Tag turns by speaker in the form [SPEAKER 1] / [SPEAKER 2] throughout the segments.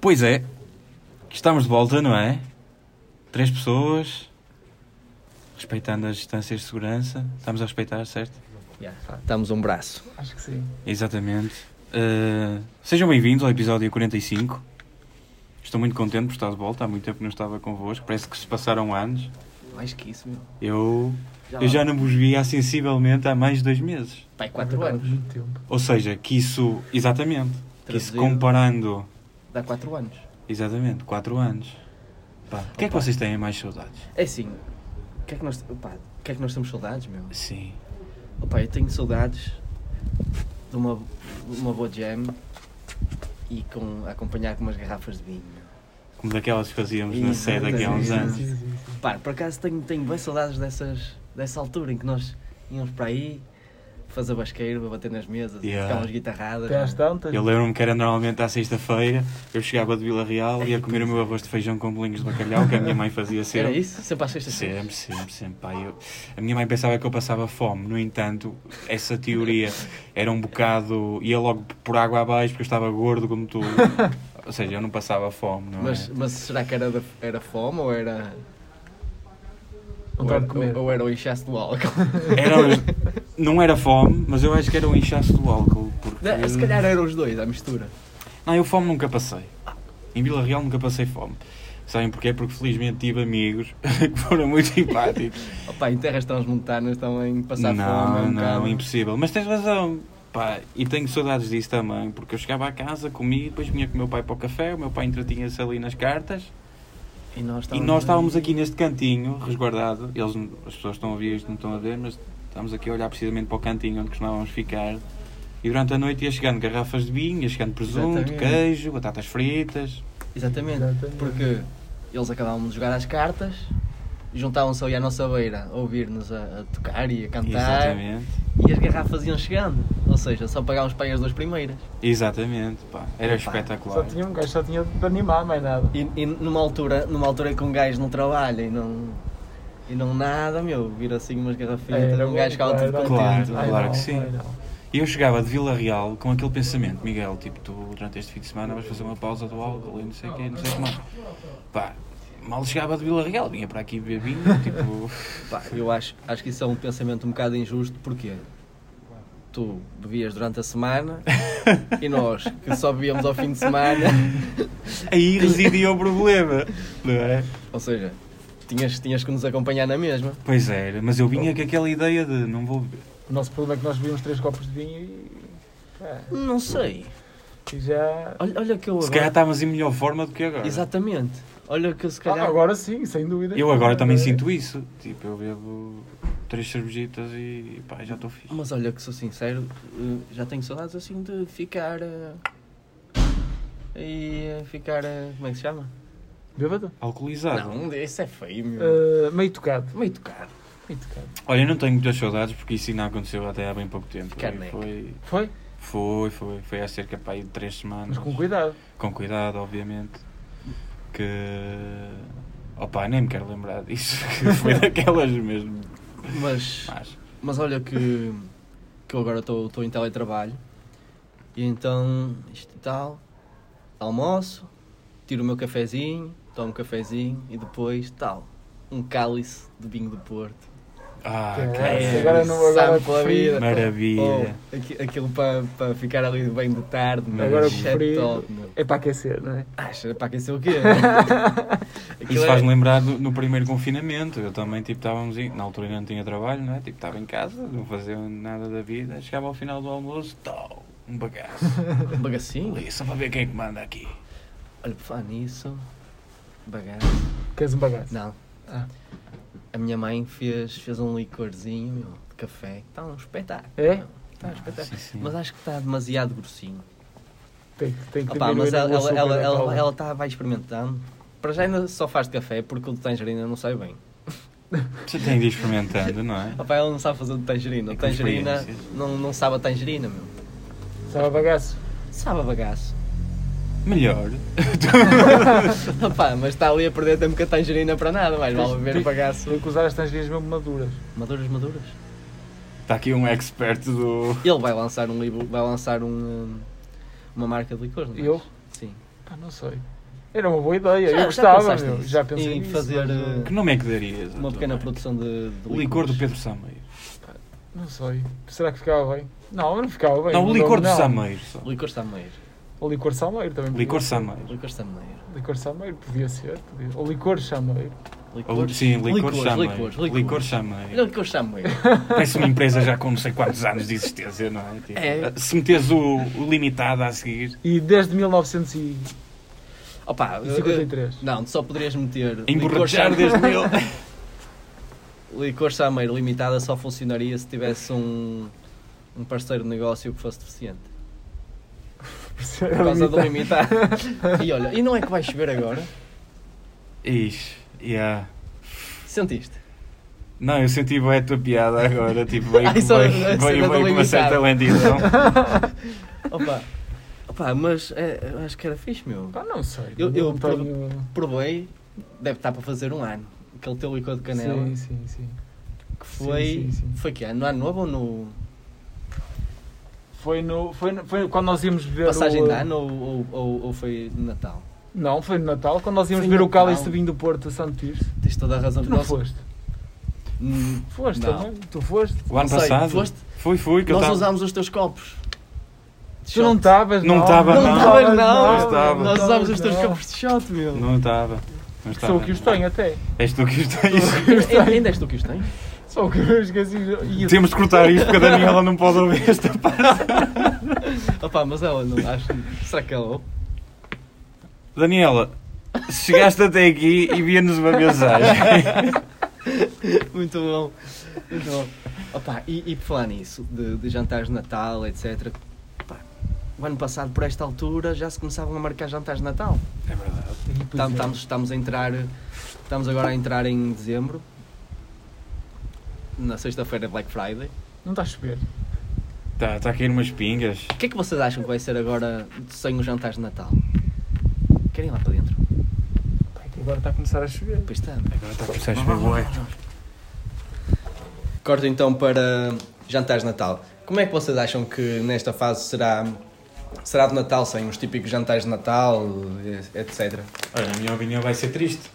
[SPEAKER 1] Pois é, estamos de volta, não é? Três pessoas, respeitando as distâncias de segurança. Estamos a respeitar, certo?
[SPEAKER 2] Yeah, estamos um braço.
[SPEAKER 3] Acho que sim.
[SPEAKER 1] Exatamente. Uh, sejam bem-vindos ao episódio 45. Estou muito contente por estar de volta. Há muito tempo que não estava convosco. Parece que se passaram anos.
[SPEAKER 3] Mais que isso, meu.
[SPEAKER 1] Eu, eu já não vos via sensivelmente há mais de dois meses.
[SPEAKER 2] Pai, quatro
[SPEAKER 3] Verdade,
[SPEAKER 2] anos.
[SPEAKER 3] Muito tempo.
[SPEAKER 1] Ou seja, que isso. Exatamente. Que isso
[SPEAKER 2] Traduzido.
[SPEAKER 1] comparando.
[SPEAKER 2] Dá quatro anos.
[SPEAKER 1] Exatamente, quatro anos. Pá, o que é que vocês têm mais saudades?
[SPEAKER 2] É assim, o que é que nós, opá, o que é que nós temos saudades, meu?
[SPEAKER 1] Sim.
[SPEAKER 2] Opá, eu tenho saudades de uma, de uma boa jam e com, acompanhar com umas garrafas de vinho. meu.
[SPEAKER 1] Como daquelas que fazíamos na
[SPEAKER 2] Exatamente.
[SPEAKER 1] sede aqui há uns
[SPEAKER 3] Sim,
[SPEAKER 1] anos.
[SPEAKER 3] sim, sim, sim.
[SPEAKER 2] Pá, por acaso tenho, tenho bem saudades dessas, dessa altura em que nós íamos para aí fazer basqueiro, bater nas mesas,
[SPEAKER 1] Yeah.
[SPEAKER 2] ficar umas guitarradas. é?
[SPEAKER 3] Até às
[SPEAKER 2] meu.
[SPEAKER 3] tantas.
[SPEAKER 1] Eu lembro-me que era normalmente à sexta-feira, eu chegava de Vila Real e ia comer o meu arroz de feijão com bolinhos de bacalhau que a minha mãe fazia
[SPEAKER 2] Era
[SPEAKER 1] sempre.
[SPEAKER 2] isso? Sempre às sextas-feiras?
[SPEAKER 1] Sempre, sempre, sempre. Pá, eu- a minha mãe pensava que eu passava fome, no entanto, essa teoria era um bocado. ia logo por água abaixo porque eu estava gordo como tu. Ou seja, eu não passava fome, não é?
[SPEAKER 2] Mas, mas será que era, da- era fome ou era. ou
[SPEAKER 3] Não estava
[SPEAKER 2] era,
[SPEAKER 3] de comer.
[SPEAKER 2] ou- ou era o inchaço do álcool?
[SPEAKER 1] Era, um, não era fome, mas eu acho que era um inchaço do álcool. Porque...
[SPEAKER 2] Não, Se calhar eram os dois, à mistura.
[SPEAKER 1] Não, eu fome nunca passei. Em Vila Real nunca passei fome. Sabem porquê? Porque felizmente tive amigos que foram muito simpáticos.
[SPEAKER 2] Opa, em terras transmontanas também passar
[SPEAKER 1] não,
[SPEAKER 2] fome é um
[SPEAKER 1] não,
[SPEAKER 2] bocado.
[SPEAKER 1] impossível. Mas tens razão. Pá, e tenho saudades disso também, porque eu chegava à casa, comia, depois vinha com o meu pai para o café, o meu pai entretinha-se ali nas cartas,
[SPEAKER 2] E nós
[SPEAKER 1] e nós estávamos aqui neste cantinho, resguardado, eles, não- as pessoas estão a ouvir isto, não estão a ver, mas estávamos aqui a olhar precisamente para o cantinho onde costumávamos ficar, e durante a noite ia chegando garrafas de vinho, ia chegando presunto,
[SPEAKER 2] Exatamente.
[SPEAKER 1] queijo, batatas fritas,
[SPEAKER 2] Exatamente,
[SPEAKER 3] Exatamente.
[SPEAKER 2] porque eles acabavam de jogar as cartas, juntavam-se ali à nossa beira a ouvir-nos a, a tocar e a cantar,
[SPEAKER 1] exatamente.
[SPEAKER 2] e as garrafas iam chegando. Ou seja, só pagávamos para aí as duas primeiras.
[SPEAKER 1] Exatamente, pá. Era
[SPEAKER 2] Pá,
[SPEAKER 1] espetacular.
[SPEAKER 3] Só tinha um gajo, só tinha de animar, mais nada.
[SPEAKER 2] E, e numa altura numa altura em que um gajo não trabalha e não. E não nada, meu, vir assim umas garrafinhas,
[SPEAKER 3] É, Era
[SPEAKER 2] um
[SPEAKER 3] bom,
[SPEAKER 2] gajo ficava
[SPEAKER 3] claro,
[SPEAKER 2] todo
[SPEAKER 3] era
[SPEAKER 2] contente.
[SPEAKER 3] bom.
[SPEAKER 1] Claro,
[SPEAKER 3] Ai,
[SPEAKER 1] claro
[SPEAKER 3] não,
[SPEAKER 1] que sim.
[SPEAKER 3] ai, não.
[SPEAKER 1] E eu chegava de Vila Real com aquele pensamento, Miguel, tipo, tu durante este fim de semana vais fazer uma pausa do álcool e não sei o quê, não sei o que mais. Pá, mal chegava de Vila Real, vinha para aqui beber vinho, tipo...
[SPEAKER 2] Pá, eu acho, acho que isso é um pensamento um bocado injusto, porque tu bebias durante a semana e nós, que só bebíamos ao fim de semana,
[SPEAKER 1] Aí residia o problema, não é?
[SPEAKER 2] ou seja, tinhas, tinhas que nos acompanhar na mesma.
[SPEAKER 1] Pois era, mas eu vinha com aquela ideia de não vou beber.
[SPEAKER 3] O nosso problema é que nós bebíamos três copos de vinho e. pá,
[SPEAKER 2] Não sei.
[SPEAKER 3] e já.
[SPEAKER 2] Olha, olha que eu
[SPEAKER 1] Se
[SPEAKER 2] agora...
[SPEAKER 1] calhar tá- estávamos em melhor forma do que agora.
[SPEAKER 2] Exatamente. Olha que eu se
[SPEAKER 3] Ah,
[SPEAKER 2] calhar...
[SPEAKER 3] agora sim, sem dúvida. Eh,
[SPEAKER 1] Eu agora também sinto isso, tipo, eu bebo três cervejitas e pá, já estou fixe.
[SPEAKER 2] Mas olha que sou sincero, eh, já tenho saudades assim de ficar... eh, E eh, ficar... eh, Como é que se chama?
[SPEAKER 3] Bêbado?
[SPEAKER 1] Alcoolizado.
[SPEAKER 2] Não, isso é feio, meu.
[SPEAKER 3] Ah, meio tocado.
[SPEAKER 2] Meio tocado.
[SPEAKER 3] Meio tocado.
[SPEAKER 1] Olha, eu não tenho muitas saudades porque isso ainda aconteceu até há bem pouco tempo.
[SPEAKER 2] Ficar
[SPEAKER 1] E
[SPEAKER 2] neco.
[SPEAKER 1] Foi,
[SPEAKER 3] Foi?
[SPEAKER 1] foi, foi, foi há cerca pá, aí de três semanas.
[SPEAKER 3] Mas com cuidado.
[SPEAKER 1] Com cuidado, obviamente. Que. Opa, nem me quero lembrar disso. que foi daquelas mesmo.
[SPEAKER 2] Mas...
[SPEAKER 1] Mas.
[SPEAKER 2] Mas olha que, que eu agora estou em teletrabalho e então isto e tal, almoço, tiro o meu cafezinho, tomo um cafezinho e depois tal, um cálice de vinho do Porto.
[SPEAKER 1] Ah,
[SPEAKER 3] Que
[SPEAKER 1] que
[SPEAKER 3] é, agora não- agora
[SPEAKER 2] Sabe pela
[SPEAKER 3] frio.
[SPEAKER 2] vida.
[SPEAKER 1] Maravilha.
[SPEAKER 2] Oh, aqui- aquilo para pa ficar ali bem de tarde, meu.
[SPEAKER 1] Agora
[SPEAKER 2] Isso é
[SPEAKER 3] com frio.
[SPEAKER 2] top, meu.
[SPEAKER 3] É para aquecer, não é?
[SPEAKER 2] Ah, cheira para aquecer o quê? Aquilo
[SPEAKER 1] Isso
[SPEAKER 2] é-
[SPEAKER 1] faz-me lembrar no, no primeiro confinamento. Eu também, tipo, estávamos. em- Na altura ainda não tinha trabalho, não é? Tipo, estava em casa, não fazia nada da vida. Chegava ao final do almoço, tal, um bagaço.
[SPEAKER 2] um bagacinho.
[SPEAKER 1] Ali, Só para ver quem é que manda aqui.
[SPEAKER 2] Olha, por falar nisso, bagaço.
[SPEAKER 3] Queres um bagaço?
[SPEAKER 2] Não.
[SPEAKER 3] Ah.
[SPEAKER 2] A minha mãe fez, fez um licorzinho meu, de café. Está um espetáculo.
[SPEAKER 3] É?
[SPEAKER 2] Está um
[SPEAKER 1] sim,
[SPEAKER 2] espetáculo.
[SPEAKER 1] sim.
[SPEAKER 2] Mas acho que está demasiado grossinho.
[SPEAKER 3] Tem, que- tem que
[SPEAKER 2] Opa, mas
[SPEAKER 3] diminuir
[SPEAKER 2] ela,
[SPEAKER 3] o
[SPEAKER 2] ela,
[SPEAKER 3] açúcar
[SPEAKER 2] ela,
[SPEAKER 3] da
[SPEAKER 2] ela,
[SPEAKER 3] cola.
[SPEAKER 2] ela tá- vai experimentando. Para já ainda só faz de café porque o de tangerina não sai bem.
[SPEAKER 1] Você tem de ir experimentando, não é?
[SPEAKER 2] Opa, ela não sabe fazer o de tangerina.
[SPEAKER 1] É
[SPEAKER 2] O
[SPEAKER 1] que
[SPEAKER 2] tangerina
[SPEAKER 1] experiência.
[SPEAKER 2] não, não sabe a tangerina, meu.
[SPEAKER 3] Sabe a bagaço?
[SPEAKER 2] Sabe a bagaço.
[SPEAKER 1] Melhor.
[SPEAKER 2] Opa, mas está ali a perder tempo com a tangerina para nada. Mais vale
[SPEAKER 3] Tens-
[SPEAKER 2] ver o
[SPEAKER 3] tens-
[SPEAKER 2] bagaço.
[SPEAKER 3] Tem que usar as tangerinas mesmo maduras.
[SPEAKER 2] Maduras, maduras.
[SPEAKER 1] Está aqui um expert do.
[SPEAKER 2] Ele vai lançar um livro, vai lançar um, hum, uma marca de licores, não é?
[SPEAKER 3] Eu?
[SPEAKER 2] Sim.
[SPEAKER 3] Pá, não sei. Era uma boa ideia,
[SPEAKER 2] Já- já
[SPEAKER 3] eu gostava,
[SPEAKER 2] pensaste
[SPEAKER 3] meu.
[SPEAKER 2] nisso?
[SPEAKER 3] já pensei
[SPEAKER 2] Em
[SPEAKER 3] nisso,
[SPEAKER 2] fazer,
[SPEAKER 3] mas,
[SPEAKER 2] eh,
[SPEAKER 3] eh,
[SPEAKER 1] Que nome é que darias? à
[SPEAKER 2] Uma
[SPEAKER 1] tua
[SPEAKER 2] pequena
[SPEAKER 1] marca?
[SPEAKER 2] produção de, de
[SPEAKER 1] O licor do
[SPEAKER 2] licores.
[SPEAKER 1] Pedro Sameiro.
[SPEAKER 3] Não sei. Será que ficava bem? Não, não ficava bem.
[SPEAKER 2] um
[SPEAKER 1] Não, o
[SPEAKER 3] Não,
[SPEAKER 1] licor do
[SPEAKER 3] não.
[SPEAKER 1] Sameiro. só.
[SPEAKER 2] Licor Sameiro.
[SPEAKER 3] O licor salmeiro também. podia
[SPEAKER 1] Licor
[SPEAKER 3] ser.
[SPEAKER 1] Sameiro.
[SPEAKER 2] Licor Sameiro.
[SPEAKER 3] Licor salmeiro podia ser. Podia. O licor chameiro.
[SPEAKER 1] Ou,
[SPEAKER 2] Licores.
[SPEAKER 1] sim, licor
[SPEAKER 2] Licores,
[SPEAKER 1] Sameiro.
[SPEAKER 2] licores, licores.
[SPEAKER 1] Licor
[SPEAKER 2] Olha o
[SPEAKER 1] Sameiro.
[SPEAKER 2] Licor Sameiro.
[SPEAKER 1] Parece uma empresa já com não sei quantos anos de existência, não é? Tipo,
[SPEAKER 2] É.
[SPEAKER 1] Se meteres o, o limitado a seguir.
[SPEAKER 3] E desde 1953.
[SPEAKER 2] Opa, eh, não, tu só poderias meter licor,
[SPEAKER 1] Emborrachar desde mil.
[SPEAKER 2] licor Sameiro limitada só funcionaria se tivesse um, um parceiro de negócio que fosse deficiente.
[SPEAKER 1] É
[SPEAKER 2] Por causa do limitar. E olha, e não é que vai chover agora?
[SPEAKER 1] Ixi, yeah.
[SPEAKER 2] Sentiste?
[SPEAKER 1] Não, eu senti bem a tua piada agora, tipo, veio,
[SPEAKER 2] Ai, só-
[SPEAKER 1] veio-
[SPEAKER 2] a cena
[SPEAKER 1] veio-
[SPEAKER 2] do
[SPEAKER 1] veio com uma
[SPEAKER 2] limitado.
[SPEAKER 1] certa lentidão.
[SPEAKER 2] Opa, opa mas é, eu acho que era fixe, meu.
[SPEAKER 3] Ah, não sei.
[SPEAKER 2] Eu- eu
[SPEAKER 3] não tenho-
[SPEAKER 2] Provei, deve estar para fazer um ano. Aquele teu licor de canela.
[SPEAKER 3] Sim, sim, sim.
[SPEAKER 2] Que foi.
[SPEAKER 3] Sim, sim, sim.
[SPEAKER 2] Foi que ano? No ano novo ou no.
[SPEAKER 3] Foi, no, foi, no- foi quando nós íamos ver.
[SPEAKER 2] Passagem
[SPEAKER 3] o,
[SPEAKER 2] de ano ou, ou, ou, ou foi de Natal?
[SPEAKER 3] Não, foi no Natal, quando nós íamos
[SPEAKER 2] Foi
[SPEAKER 3] ver
[SPEAKER 2] no
[SPEAKER 3] o cálice de
[SPEAKER 2] Natal.
[SPEAKER 3] vinho do Porto a Santo Tirso.
[SPEAKER 2] Tens toda a razão
[SPEAKER 3] Tu
[SPEAKER 2] que
[SPEAKER 3] não
[SPEAKER 2] nós-
[SPEAKER 3] foste?
[SPEAKER 2] Hum,
[SPEAKER 3] Foste
[SPEAKER 2] Não.
[SPEAKER 3] também? Tu foste?
[SPEAKER 1] O ano
[SPEAKER 2] Não sei,
[SPEAKER 1] passado?
[SPEAKER 2] foste?
[SPEAKER 1] Foi, foi, que eu
[SPEAKER 2] Nós
[SPEAKER 1] tava-
[SPEAKER 2] usámos os teus copos. De
[SPEAKER 3] Tu não
[SPEAKER 2] shot.
[SPEAKER 3] estavas,
[SPEAKER 1] Não tava,
[SPEAKER 2] Não estavas, não.
[SPEAKER 1] Não tava.
[SPEAKER 2] Nós usámos os teus
[SPEAKER 3] não.
[SPEAKER 2] copos de shot, meu.
[SPEAKER 1] Não estava. Não estava.
[SPEAKER 3] Sou o que os tenho até.
[SPEAKER 1] És tu que os tens.
[SPEAKER 2] Ainda- Ainda és tu que os tens?
[SPEAKER 3] Só que eu esqueci. E
[SPEAKER 1] Temos de cortar isto porque a Daniela não pode ouvir esta parte.
[SPEAKER 2] Opa, mas ela não acho. Será que é ela.
[SPEAKER 1] Daniela, chegaste até aqui e via-nos uma
[SPEAKER 3] É
[SPEAKER 1] mensagem.
[SPEAKER 2] Muito bom. Muito bom. Opa, e, e por falar nisso, de, de jantares de Natal, etc. Opa, o ano passado, por esta altura, já se começavam a marcar jantares de Natal.
[SPEAKER 1] É verdade.
[SPEAKER 2] Tam- Estamos, estamos a entrar. Estamos agora a entrar em dezembro. Na sexta-feira é Black Friday.
[SPEAKER 3] Não está a chover.
[SPEAKER 1] Está tá a cair umas pingas.
[SPEAKER 2] O que é que vocês acham que vai ser agora sem os jantares de Natal? Querem ir lá para dentro?
[SPEAKER 3] Pá, que Agora está a começar a chover.
[SPEAKER 2] Pois está.
[SPEAKER 1] Agora
[SPEAKER 3] tá
[SPEAKER 1] está a começar a chover bué.
[SPEAKER 2] Corto então para jantares de Natal. Como é que vocês acham que nesta fase será será de Natal sem os típicos jantares de Natal, e- etc?
[SPEAKER 1] Olha, na minha opinião vai ser triste.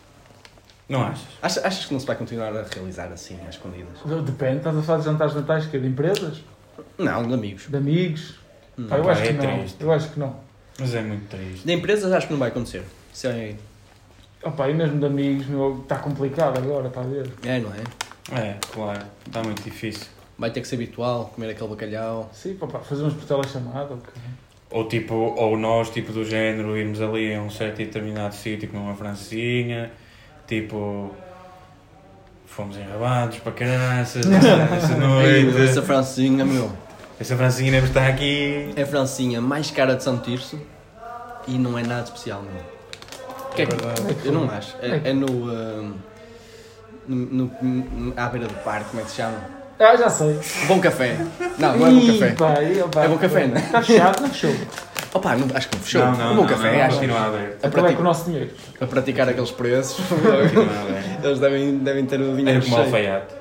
[SPEAKER 1] Não achas?
[SPEAKER 2] Achas, achas que não se vai continuar a realizar assim, às escondidas?
[SPEAKER 3] Não, Depende, estás a falar de jantares de natais que é de empresas?
[SPEAKER 2] Não, de amigos.
[SPEAKER 3] De amigos?
[SPEAKER 2] Não.
[SPEAKER 3] Pá, eu
[SPEAKER 1] Pá,
[SPEAKER 3] acho
[SPEAKER 1] é
[SPEAKER 3] que não.
[SPEAKER 1] triste.
[SPEAKER 3] Eu acho que não.
[SPEAKER 1] Mas é muito triste.
[SPEAKER 2] De empresas acho que não vai acontecer. Sim.
[SPEAKER 3] Opa, e mesmo de amigos, meu, está complicado agora, está a ver?
[SPEAKER 2] É, não é?
[SPEAKER 1] É, claro. Está muito difícil.
[SPEAKER 2] Vai ter que ser habitual, comer aquele bacalhau.
[SPEAKER 3] Sim, papá, fazemos por telechamada, ok.
[SPEAKER 1] Ou tipo, ou nós, tipo do género, irmos ali a um certo e determinado sítio comer uma francesinha, tipo. Fomos enrabados para caraças essa essa
[SPEAKER 2] Ei, meu, essa
[SPEAKER 1] noite.
[SPEAKER 2] francinha, meu.
[SPEAKER 1] Essa francesinha deve estar aqui.
[SPEAKER 2] É a francinha mais cara de Santo Tirso e não é nada especial, meu. Que é que- eu não acho. É, é no, ah, no, no- À beira do parque, como é que se chama?
[SPEAKER 3] Ah, já sei.
[SPEAKER 2] Bom café. Não, não é bom
[SPEAKER 3] Ih,
[SPEAKER 2] café.
[SPEAKER 3] pá, e, opa,
[SPEAKER 2] É bom café, não é?
[SPEAKER 3] Está fechado, não fechou.
[SPEAKER 2] Opa, não, acho que não fechou.
[SPEAKER 1] Não, não,
[SPEAKER 2] o bom
[SPEAKER 1] não,
[SPEAKER 2] café,
[SPEAKER 1] não, Então
[SPEAKER 2] acho.
[SPEAKER 1] Continua aberto.
[SPEAKER 2] A,
[SPEAKER 3] Aquilo é
[SPEAKER 2] prati-
[SPEAKER 3] com o nosso dinheiro.
[SPEAKER 2] a praticar aqueles preços.
[SPEAKER 1] Continua aberto.
[SPEAKER 2] Eles devem, devem ter o dinheiro
[SPEAKER 1] Era É como
[SPEAKER 2] cheio.
[SPEAKER 1] o alfaiate.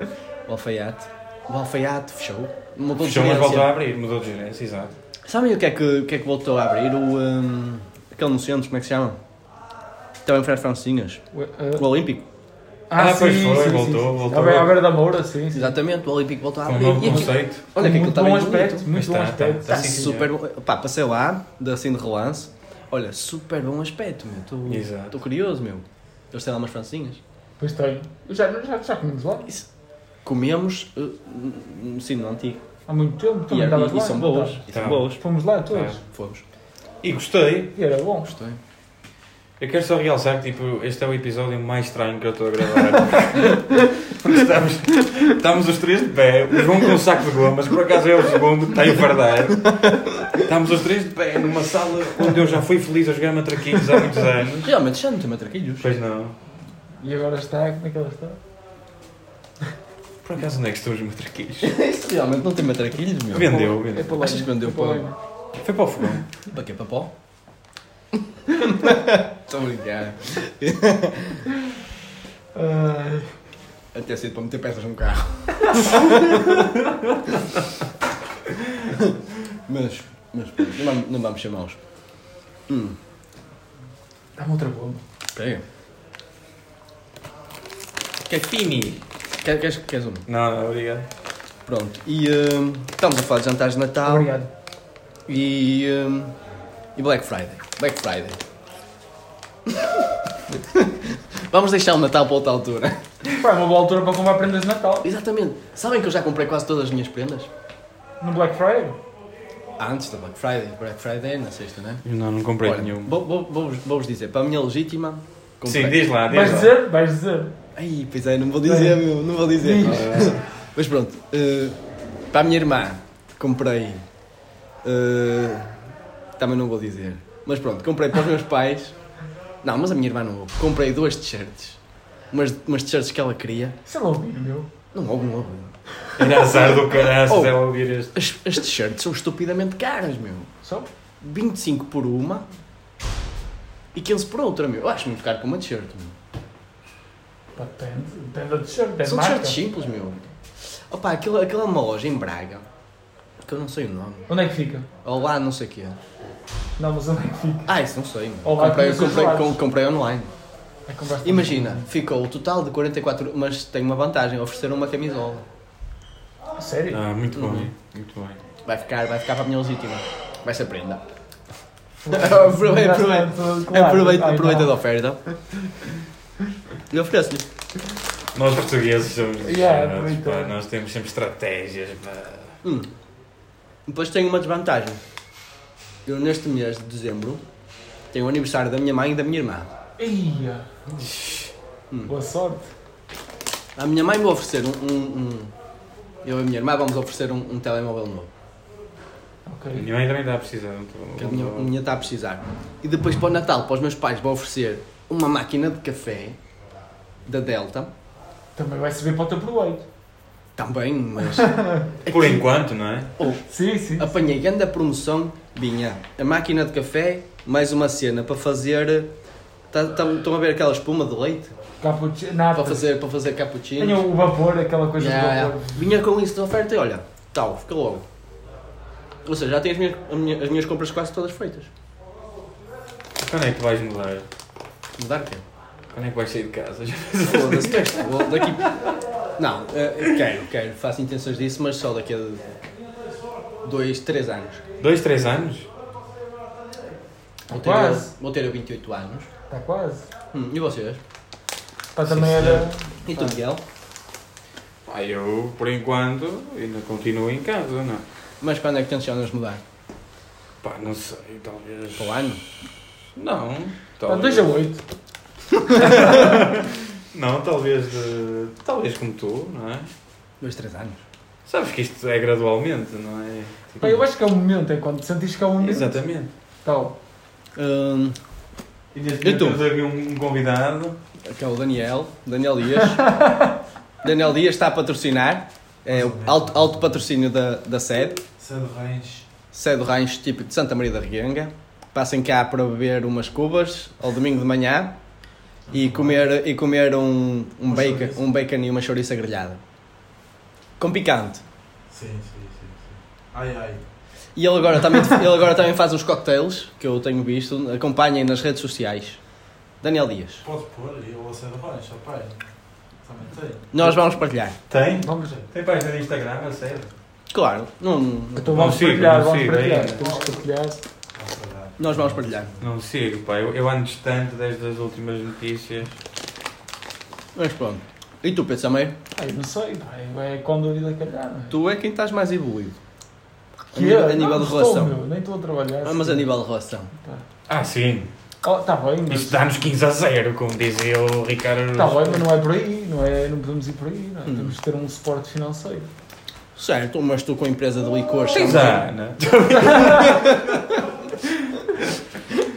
[SPEAKER 2] O alfaiate. O alfaiate fechou. Mudou de
[SPEAKER 1] Fechou, mas voltou a
[SPEAKER 2] gerência.
[SPEAKER 1] abrir, mudou de gerência, exato.
[SPEAKER 2] Sabem o que, é que, o que é que voltou a abrir? O, ah, aquele no centro, como é que se chama? Também faz francinhas.
[SPEAKER 3] Ué,
[SPEAKER 2] O Olímpico.
[SPEAKER 1] Ah, pois foi, voltou, voltou.
[SPEAKER 3] À beira- à beira da Moura, sim. sim.
[SPEAKER 2] Exatamente, o Olímpico voltou a
[SPEAKER 1] Com um
[SPEAKER 2] abrir.
[SPEAKER 1] novo
[SPEAKER 2] Ah, E aqui-
[SPEAKER 1] conceito.
[SPEAKER 2] Olha que aquilo
[SPEAKER 3] muito
[SPEAKER 2] está
[SPEAKER 3] bom
[SPEAKER 2] bem
[SPEAKER 3] aspecto,
[SPEAKER 2] bonito.
[SPEAKER 1] Mas
[SPEAKER 3] muito bom
[SPEAKER 1] tá, tá,
[SPEAKER 3] aspecto.
[SPEAKER 1] tá.
[SPEAKER 2] Está
[SPEAKER 1] Sim, senhor.
[SPEAKER 2] super bom. Pá, passei lá, de- assim de relance. Olha, super bom aspecto, meu. Estou-
[SPEAKER 1] Exato.
[SPEAKER 2] Estou curioso, meu. Eles têm lá umas francinhas.
[SPEAKER 3] Pois tem. Eu Já, já, já comemos lá.
[SPEAKER 2] Isso. Comemos, eh, n- n- sim, no antigo.
[SPEAKER 3] Há muito tempo.
[SPEAKER 2] E,
[SPEAKER 3] também
[SPEAKER 2] era-
[SPEAKER 3] estavas
[SPEAKER 2] e,
[SPEAKER 3] lá,
[SPEAKER 2] e são
[SPEAKER 3] não
[SPEAKER 2] boas.
[SPEAKER 3] estavas?
[SPEAKER 2] E são
[SPEAKER 1] Tá.
[SPEAKER 2] boas.
[SPEAKER 3] Fomos lá todos.
[SPEAKER 1] Tá.
[SPEAKER 2] Fomos.
[SPEAKER 1] E gostei.
[SPEAKER 3] E era bom.
[SPEAKER 2] Gostei.
[SPEAKER 1] Eu quero só realçar que tipo, este é o episódio mais estranho que eu estou a gravar. Porque estamos, estamos os três de pé, o João com um saco de gomas, por acaso é o segundo, está em fardar. Estamos os três de pé numa sala onde eu já fui feliz a jogar matraquinhos há muitos anos.
[SPEAKER 2] Realmente, já não tem matraquilhos.
[SPEAKER 1] Pois não.
[SPEAKER 3] E agora está, como é que ela está?
[SPEAKER 1] Por acaso onde é que estão os matraquilhos?
[SPEAKER 2] Isso realmente não tem matraquilhos, meu.
[SPEAKER 1] Vendeu,
[SPEAKER 3] É
[SPEAKER 1] vendeu.
[SPEAKER 3] para lá.
[SPEAKER 2] Achas que vendeu
[SPEAKER 3] é para
[SPEAKER 2] para-
[SPEAKER 3] lá.
[SPEAKER 1] Foi para o fogão.
[SPEAKER 2] Para quê? Para pó? Estou a brincar.
[SPEAKER 3] Ai,
[SPEAKER 2] Até cedo para meter peças num carro. mas, mas pronto, não vamos, não vamos chamá-los. Hum.
[SPEAKER 3] Dá-me outra bomba.
[SPEAKER 2] Pega. é Cafini. Quer- Queres, queres uma?
[SPEAKER 1] Não, não, obrigado.
[SPEAKER 2] Pronto. E hum, estamos a falar de jantares de Natal
[SPEAKER 3] Obrigado.
[SPEAKER 2] E, hum, e Black Friday. Black Friday. Vamos deixar o Natal para outra altura.
[SPEAKER 3] Pá, é uma boa altura para comprar prendas de Natal.
[SPEAKER 2] Exatamente. Sabem que eu já comprei quase todas as minhas prendas?
[SPEAKER 3] No Black Friday.
[SPEAKER 2] Ah, Antes da Black Friday. Black Friday é na sexta, não é?
[SPEAKER 1] Não, não comprei
[SPEAKER 2] Olha,
[SPEAKER 1] nenhum.
[SPEAKER 2] vou- vou- Vou-vos vou-vos dizer, para a minha legítima. comprei.
[SPEAKER 1] Sim, diz lá, diz
[SPEAKER 3] Vais
[SPEAKER 1] lá.
[SPEAKER 3] dizer? Vais dizer.
[SPEAKER 2] Ai, pois é, não vou dizer, meu, não vou dizer. Mas pronto, eh, para a minha irmã, comprei. eh, também não vou dizer. Mas pronto, comprei para os meus pais. Não, mas a minha irmã não houve. Comprei duas t-shirts. Umas, umas t-shirts que ela queria.
[SPEAKER 3] Sei lá, ouvir, é meu.
[SPEAKER 2] Não houve, não houve.
[SPEAKER 1] Era azar do caralho
[SPEAKER 2] Oh.
[SPEAKER 1] se ela ouvir este.
[SPEAKER 2] As, as t-shirts são estupidamente caras, meu.
[SPEAKER 3] Só?
[SPEAKER 2] 25 por uma e 15 por outra, meu. Eu acho muito caro para uma t-shirt, meu.
[SPEAKER 3] Pá, Depende. Depende da t-shirt. Depende
[SPEAKER 2] São
[SPEAKER 3] da marca.
[SPEAKER 2] t-shirts simples, meu. Opa, aquela, aquela é uma loja em Braga, que eu não sei o nome.
[SPEAKER 3] Onde é que fica?
[SPEAKER 2] Olá, não sei o quê.
[SPEAKER 3] Não, mas onde é que fica?
[SPEAKER 2] Ah, isso não sei. meu.
[SPEAKER 3] Olá,
[SPEAKER 2] comprei,
[SPEAKER 3] conheces
[SPEAKER 2] comprei,
[SPEAKER 3] Olá.
[SPEAKER 2] com- comprei online.
[SPEAKER 3] É que compraste-
[SPEAKER 2] Imagina, ficou o total de 44, mas tem uma vantagem, ofereceram uma camisola.
[SPEAKER 3] Ah, sério?
[SPEAKER 1] Ah, muito
[SPEAKER 2] Uhum.
[SPEAKER 1] bem, muito bem.
[SPEAKER 2] Vai ficar, vai ficar para a minha legítima. Vai ser prenda. aproveita, aproveita, aproveita, aproveita da oferta. E ofereço-lhe.
[SPEAKER 1] Nós portugueses somos
[SPEAKER 3] Yeah,
[SPEAKER 1] desesperados,
[SPEAKER 3] muito
[SPEAKER 1] pá,
[SPEAKER 3] bem.
[SPEAKER 1] nós temos sempre estratégias. pá.
[SPEAKER 2] Hum. Depois tenho uma desvantagem. Eu neste mês de dezembro tenho o aniversário da minha mãe e da minha irmã.
[SPEAKER 3] Ia.
[SPEAKER 2] Hum.
[SPEAKER 3] Boa sorte.
[SPEAKER 2] A minha mãe vai oferecer um. um- um- eu e a minha irmã vamos oferecer um, um telemóvel novo.
[SPEAKER 1] A
[SPEAKER 3] Ok.
[SPEAKER 1] minha mãe também está a precisar. um
[SPEAKER 2] Que a minha, a minha está a precisar. E depois para o Natal, para os meus pais, vão oferecer uma máquina de café da Delta.
[SPEAKER 3] Também vai servir para o teu proveito.
[SPEAKER 2] Também, mas.
[SPEAKER 1] Por enquanto, não é?
[SPEAKER 2] Oh,
[SPEAKER 3] Sim, sim.
[SPEAKER 2] apanhei grande promoção, vinha a máquina de café, mais uma cena para fazer. tá- tá- Estão a ver aquela espuma de leite?
[SPEAKER 3] Cappuccino. Nada.
[SPEAKER 2] Para fazer, para fazer cappuccino.
[SPEAKER 3] Tenha o vapor, aquela coisa
[SPEAKER 2] Yeah,
[SPEAKER 3] do
[SPEAKER 2] yeah.
[SPEAKER 3] vapor.
[SPEAKER 2] Vinha com isso de oferta e olha, tal, fica logo. Ou seja, já tenho as minhas, a minha- as minhas compras quase todas feitas.
[SPEAKER 1] Quando é que vais mudar?
[SPEAKER 2] Mudar o quê?
[SPEAKER 1] Quando é que vais sair de casa?
[SPEAKER 2] Foda-se, mas vou daqui. Não, eh, quero, quero, faço intenções disso, mas só daqui a dois, três anos.
[SPEAKER 1] Dois, três anos?
[SPEAKER 2] Vou ter,
[SPEAKER 3] Quase.
[SPEAKER 2] vou ter 28 anos.
[SPEAKER 3] Está Tá quase.
[SPEAKER 2] Hum, e vocês?
[SPEAKER 3] Pá, também era.
[SPEAKER 2] E tu, Miguel?
[SPEAKER 1] Ah, eu, por enquanto, ainda continuo em casa, não é?
[SPEAKER 2] Mas quando é que tencionas mudar?
[SPEAKER 1] Pá, não sei, talvez.
[SPEAKER 2] Para o ano?
[SPEAKER 1] Não,
[SPEAKER 2] Tá
[SPEAKER 3] Pá,
[SPEAKER 1] talvez.
[SPEAKER 3] 2 Tá a 8.
[SPEAKER 1] Não, talvez de. Talvez como tu, não é?
[SPEAKER 2] Dois, três anos.
[SPEAKER 1] Sabes que isto é gradualmente, não é? Tipo-
[SPEAKER 3] Pá, eu acho que é o momento, é quando sentires que é o momento.
[SPEAKER 1] Exatamente.
[SPEAKER 3] Tal.
[SPEAKER 2] Hum,
[SPEAKER 1] E neste
[SPEAKER 2] E tu?
[SPEAKER 1] momento temos aqui um convidado.
[SPEAKER 2] que é o Daniel, Daniel Dias. Daniel Dias está a patrocinar, é o alto, alto patrocínio da, da sede,
[SPEAKER 1] Sado Reis.
[SPEAKER 2] sede do rancho típico de Santa Maria da Reguenga. Passem cá para beber umas cubas ao domingo de manhã e comer, e comer um, um,
[SPEAKER 4] Uma
[SPEAKER 2] bacon,
[SPEAKER 4] chouriça.
[SPEAKER 2] um bacon e uma chouriça grelhada. Com picante.
[SPEAKER 4] Sim, sim, sim. sim. Ai, ai.
[SPEAKER 2] E ele agora, também, ele agora também faz uns cocktails, que eu tenho visto, acompanhem nas redes sociais. Daniel Dias.
[SPEAKER 4] Pode pôr e eu vou ser rocha, pai. Também tem.
[SPEAKER 2] Nós vamos partilhar.
[SPEAKER 1] Tem?
[SPEAKER 3] Vamos ver.
[SPEAKER 1] Tem página no Instagram, a sério?
[SPEAKER 2] Claro, não- não-
[SPEAKER 3] Então
[SPEAKER 1] Não
[SPEAKER 3] vamos
[SPEAKER 1] sigo,
[SPEAKER 3] partilhar,
[SPEAKER 1] não
[SPEAKER 3] vamos
[SPEAKER 1] sigo,
[SPEAKER 3] partilhar.
[SPEAKER 1] ainda.
[SPEAKER 3] Temos que partilhar.
[SPEAKER 4] Vou parar.
[SPEAKER 2] nós vamos partilhar.
[SPEAKER 1] Não sigo, pá. Eu, eu ando distante desde as últimas notícias.
[SPEAKER 2] Mas pronto. E tu, Pedro Sameiro?
[SPEAKER 3] Ah, eu não sei, pá, é quando a vida calhar. não é?
[SPEAKER 2] Tu é quem estás mais evoluído. A
[SPEAKER 3] Que
[SPEAKER 2] nível,
[SPEAKER 3] eu?
[SPEAKER 2] é? a nível
[SPEAKER 3] Não
[SPEAKER 2] de
[SPEAKER 3] Ah, estou,
[SPEAKER 2] relação.
[SPEAKER 3] meu, nem estou a trabalhar.
[SPEAKER 2] Ah, mas a nível de relação.
[SPEAKER 1] Ah, sim.
[SPEAKER 3] Oh, tá bem, mas.
[SPEAKER 1] Isto dá-nos 15 a 0, como dizia o Ricardo.
[SPEAKER 3] Tá bem, mas não é por aí, não, é, não podemos ir por aí, não é?
[SPEAKER 2] Hum.
[SPEAKER 3] temos de ter um suporte financeiro.
[SPEAKER 2] Certo, mas tu com a empresa de licores.
[SPEAKER 1] Tens
[SPEAKER 2] também.
[SPEAKER 3] é.
[SPEAKER 1] a Ana.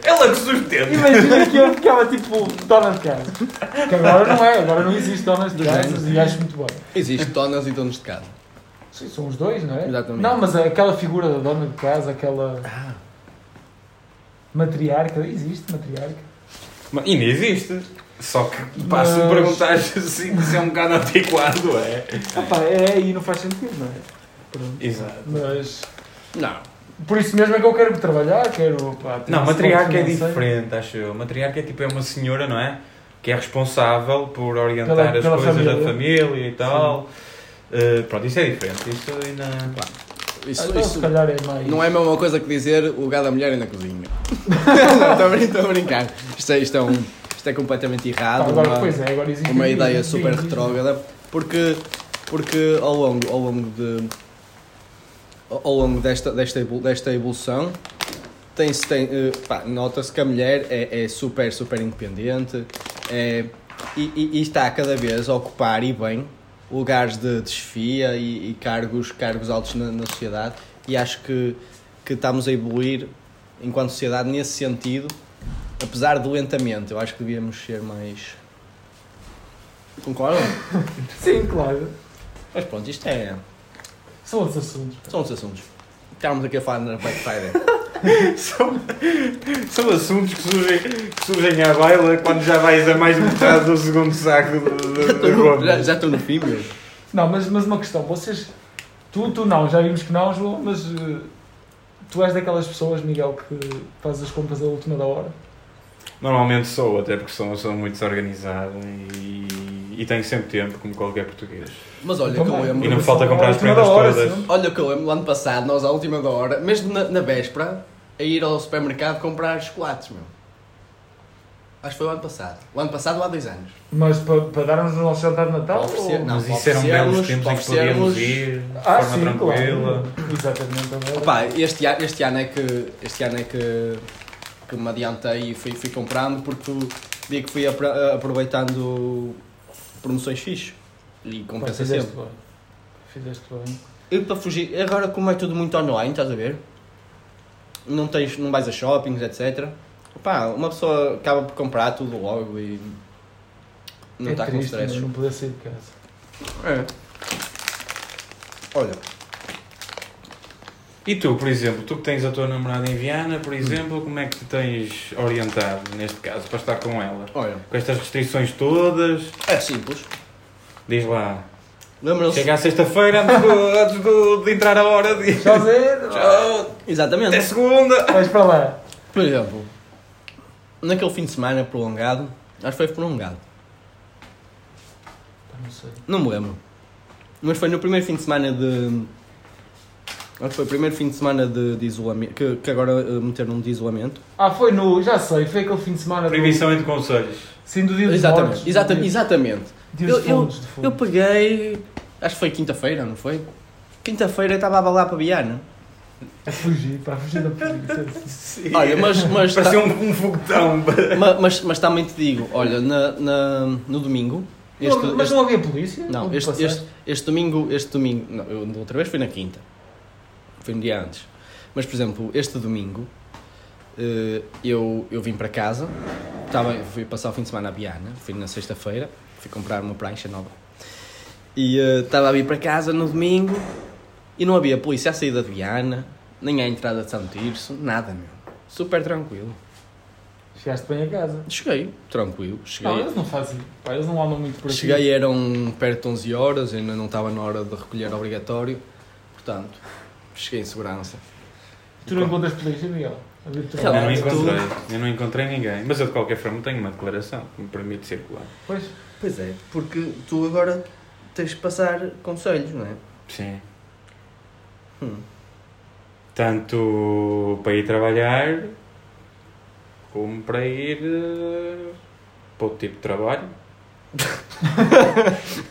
[SPEAKER 1] Ela é que sustenta.
[SPEAKER 3] Imagina que eu ficava tipo dona de casa. Que agora não é, agora não existe donas de
[SPEAKER 2] Não.
[SPEAKER 3] casas e acho muito bem.
[SPEAKER 2] Existe donas e donos de casa.
[SPEAKER 3] Sim, são os dois, não é?
[SPEAKER 2] Exatamente.
[SPEAKER 3] Não, mas aquela figura da dona de casa, aquela. Matriarca, existe matriarca.
[SPEAKER 1] Mas ainda existe. Só que pá,
[SPEAKER 3] Mas-
[SPEAKER 1] se me perguntares assim, isso é um bocado antiquado, é.
[SPEAKER 3] Ah, pá, é e não faz sentido, não é? Pronto.
[SPEAKER 1] Exato.
[SPEAKER 3] Mas.
[SPEAKER 2] Não.
[SPEAKER 3] Por isso mesmo é que eu quero trabalhar, quero. Pá, ter
[SPEAKER 1] Não,
[SPEAKER 3] um
[SPEAKER 1] matriarca é
[SPEAKER 3] suporte financeiro.
[SPEAKER 1] diferente, acho eu. Matriarca é tipo é uma senhora, não é? Que é responsável por orientar
[SPEAKER 3] Pela-
[SPEAKER 1] as
[SPEAKER 3] pela
[SPEAKER 1] coisas da
[SPEAKER 3] família.
[SPEAKER 1] família e tal. Eh, pronto, isso é diferente. Isso ainda.
[SPEAKER 3] Ah,
[SPEAKER 2] Isso,
[SPEAKER 3] Então, se
[SPEAKER 2] isso
[SPEAKER 3] calhar é mais.
[SPEAKER 2] não é a mesma coisa que dizer o gado da mulher é na cozinha. Não, Estou a brin- estou a brincar. Isto é, isto é, um- isto é completamente
[SPEAKER 3] Pá,
[SPEAKER 2] errado.
[SPEAKER 3] agora,
[SPEAKER 2] uma-
[SPEAKER 3] pois é, agora existe.
[SPEAKER 2] uma
[SPEAKER 3] existe,
[SPEAKER 2] ideia
[SPEAKER 3] existe,
[SPEAKER 2] super
[SPEAKER 3] existe.
[SPEAKER 2] retrógrada porque porque ao longo ao longo de ao longo desta desta evolu- desta evolução tem-se tem, eh, pá, nota-se que a mulher é, é super super independente é, e, e- e está cada vez a ocupar e bem lugares de desfia e, e cargos cargos altos na, na sociedade e acho que que estamos a evoluir enquanto sociedade nesse sentido apesar de lentamente eu acho que devíamos ser mais Concordam?
[SPEAKER 3] Sim, claro.
[SPEAKER 2] Mas pronto, isto é.
[SPEAKER 3] São outros assuntos.
[SPEAKER 2] São os assuntos. Estávamos aqui a falar na Black Friday.
[SPEAKER 1] São, são assuntos que surgem, que surgem à baila quando já vais a mais metade do segundo saco de, de, de
[SPEAKER 2] já, já estou no fim, meu.
[SPEAKER 3] Não, mas, mas uma questão, vocês. Tu, tu não, já vimos que não, João, mas. eh, Tu és daquelas pessoas, Miguel, que faz as compras à última da hora?
[SPEAKER 1] Normalmente sou, até porque sou, sou muito desorganizado e, e tenho sempre tempo, como qualquer português.
[SPEAKER 2] Mas olha que eu
[SPEAKER 3] Também.
[SPEAKER 1] E não é
[SPEAKER 2] lembro.
[SPEAKER 1] me falta comprar as
[SPEAKER 3] À última da
[SPEAKER 1] prendas
[SPEAKER 3] hora,
[SPEAKER 1] todas.
[SPEAKER 3] sim.
[SPEAKER 2] Olha que eu lembro, ano passado, nós à última da hora, mesmo na, na véspera, a ir ao supermercado comprar chocolates, meu. Acho que foi o ano passado. O ano passado, ou há dois anos.
[SPEAKER 3] Mas para, para darmos o nosso jantar de Natal?
[SPEAKER 2] Oferecer-
[SPEAKER 3] ou-
[SPEAKER 2] Não,
[SPEAKER 1] Mas isso eram
[SPEAKER 2] oferecermos-
[SPEAKER 1] belos tempos em que podíamos
[SPEAKER 2] oferecermos-
[SPEAKER 1] ir de
[SPEAKER 3] Ah,
[SPEAKER 1] forma
[SPEAKER 3] sim,
[SPEAKER 1] tranquila.
[SPEAKER 3] claro. Exatamente. agora.
[SPEAKER 2] Opa, este, a- este ano é que. Este ano é que. que me adiantei e fui, fui comprando porque vi que fui apra- aproveitando promoções fixe. E
[SPEAKER 3] Pá,
[SPEAKER 2] compensa sempre.
[SPEAKER 3] fizeste bem. Fizeste bem.
[SPEAKER 2] Eu para fugir, agora como é tudo muito online, estás a ver? Não, tens, não vais a shoppings, etc. Pá, uma pessoa acaba por comprar tudo logo e. Não
[SPEAKER 3] é
[SPEAKER 2] está com
[SPEAKER 3] triste,
[SPEAKER 2] stress.
[SPEAKER 3] Não poder sair de casa.
[SPEAKER 2] É. Olha,
[SPEAKER 1] E tu, por exemplo, tu que tens a tua namorada em Viana, por exemplo, como é que te tens orientado, neste caso, para estar com ela?
[SPEAKER 2] olha,
[SPEAKER 1] Com estas restrições todas,
[SPEAKER 2] é simples.
[SPEAKER 1] diz lá,
[SPEAKER 2] Lembram-se.
[SPEAKER 1] chega à sexta-feira antes, do- antes do- de entrar a hora, diz
[SPEAKER 3] Estás a ver?
[SPEAKER 2] Ah.
[SPEAKER 1] até
[SPEAKER 2] Exatamente.
[SPEAKER 1] segunda.
[SPEAKER 3] Vais para lá.
[SPEAKER 2] Por exemplo, naquele fim de semana prolongado, acho que foi prolongado.
[SPEAKER 3] Pá, Não sei.
[SPEAKER 2] Não me lembro. Mas foi no primeiro fim de semana de. Acho que foi o primeiro fim de semana de, de isolamento. Que, que agora eh, meteram de isolamento.
[SPEAKER 3] Ah, foi no. Já sei, foi aquele fim de semana. do-
[SPEAKER 1] Proibição entre conselhos.
[SPEAKER 3] Sim, do dia dos mortos,
[SPEAKER 2] Exatamente,
[SPEAKER 3] do
[SPEAKER 2] exatamente,
[SPEAKER 3] dia-
[SPEAKER 2] exatamente.
[SPEAKER 3] Dia
[SPEAKER 2] Eu-
[SPEAKER 3] dos fundos, de
[SPEAKER 2] Eu
[SPEAKER 3] fundo.
[SPEAKER 2] peguei. Acho que foi quinta-feira, não foi? Quinta-feira eu estava a balar para Viana.
[SPEAKER 3] A fugir, para fugir da polícia.
[SPEAKER 2] Olha, mas, mas, tá,
[SPEAKER 1] Parecia um, um foguetão.
[SPEAKER 2] ma- mas, mas também te digo, olha, na, na- no domingo. Este,
[SPEAKER 3] Mas
[SPEAKER 2] este-
[SPEAKER 3] não havia polícia?
[SPEAKER 2] não,
[SPEAKER 3] Onde
[SPEAKER 2] este,
[SPEAKER 3] passaste?
[SPEAKER 2] este, este domingo. Este domingo. Não, eu da outra vez foi na quinta. Foi um dia antes. Mas por exemplo, este domingo eh, eu, eu vim para casa, estava, fui passar o fim de semana a Biana, fui na sexta-feira, fui comprar uma prancha nova. E eh, estava a vir para casa no domingo e não havia polícia à saída de Biana, nem à entrada de São Tirso, nada meu. Super tranquilo.
[SPEAKER 3] Chegaste bem a casa.
[SPEAKER 2] Cheguei, tranquilo,
[SPEAKER 3] Não,
[SPEAKER 2] cheguei.
[SPEAKER 3] eles não fazem. Pá, eles não andam muito por aqui.
[SPEAKER 2] Cheguei, eram perto de 11 horas, ainda não estava na hora de recolher obrigatório, portanto, cheguei em segurança.
[SPEAKER 3] Tu não encontras polícia, Miguel? Havia tu-
[SPEAKER 1] Eu não
[SPEAKER 2] Realmente.
[SPEAKER 1] encontrei, eu não encontrei ninguém. Mas eu de qualquer forma tenho uma declaração que me permite circular.
[SPEAKER 3] Pois.
[SPEAKER 2] Pois é, porque tu agora tens de passar conselhos, não é?
[SPEAKER 1] Sim.
[SPEAKER 2] Hum.
[SPEAKER 1] Tanto para ir trabalhar, como para ir eh, para outro tipo de trabalho.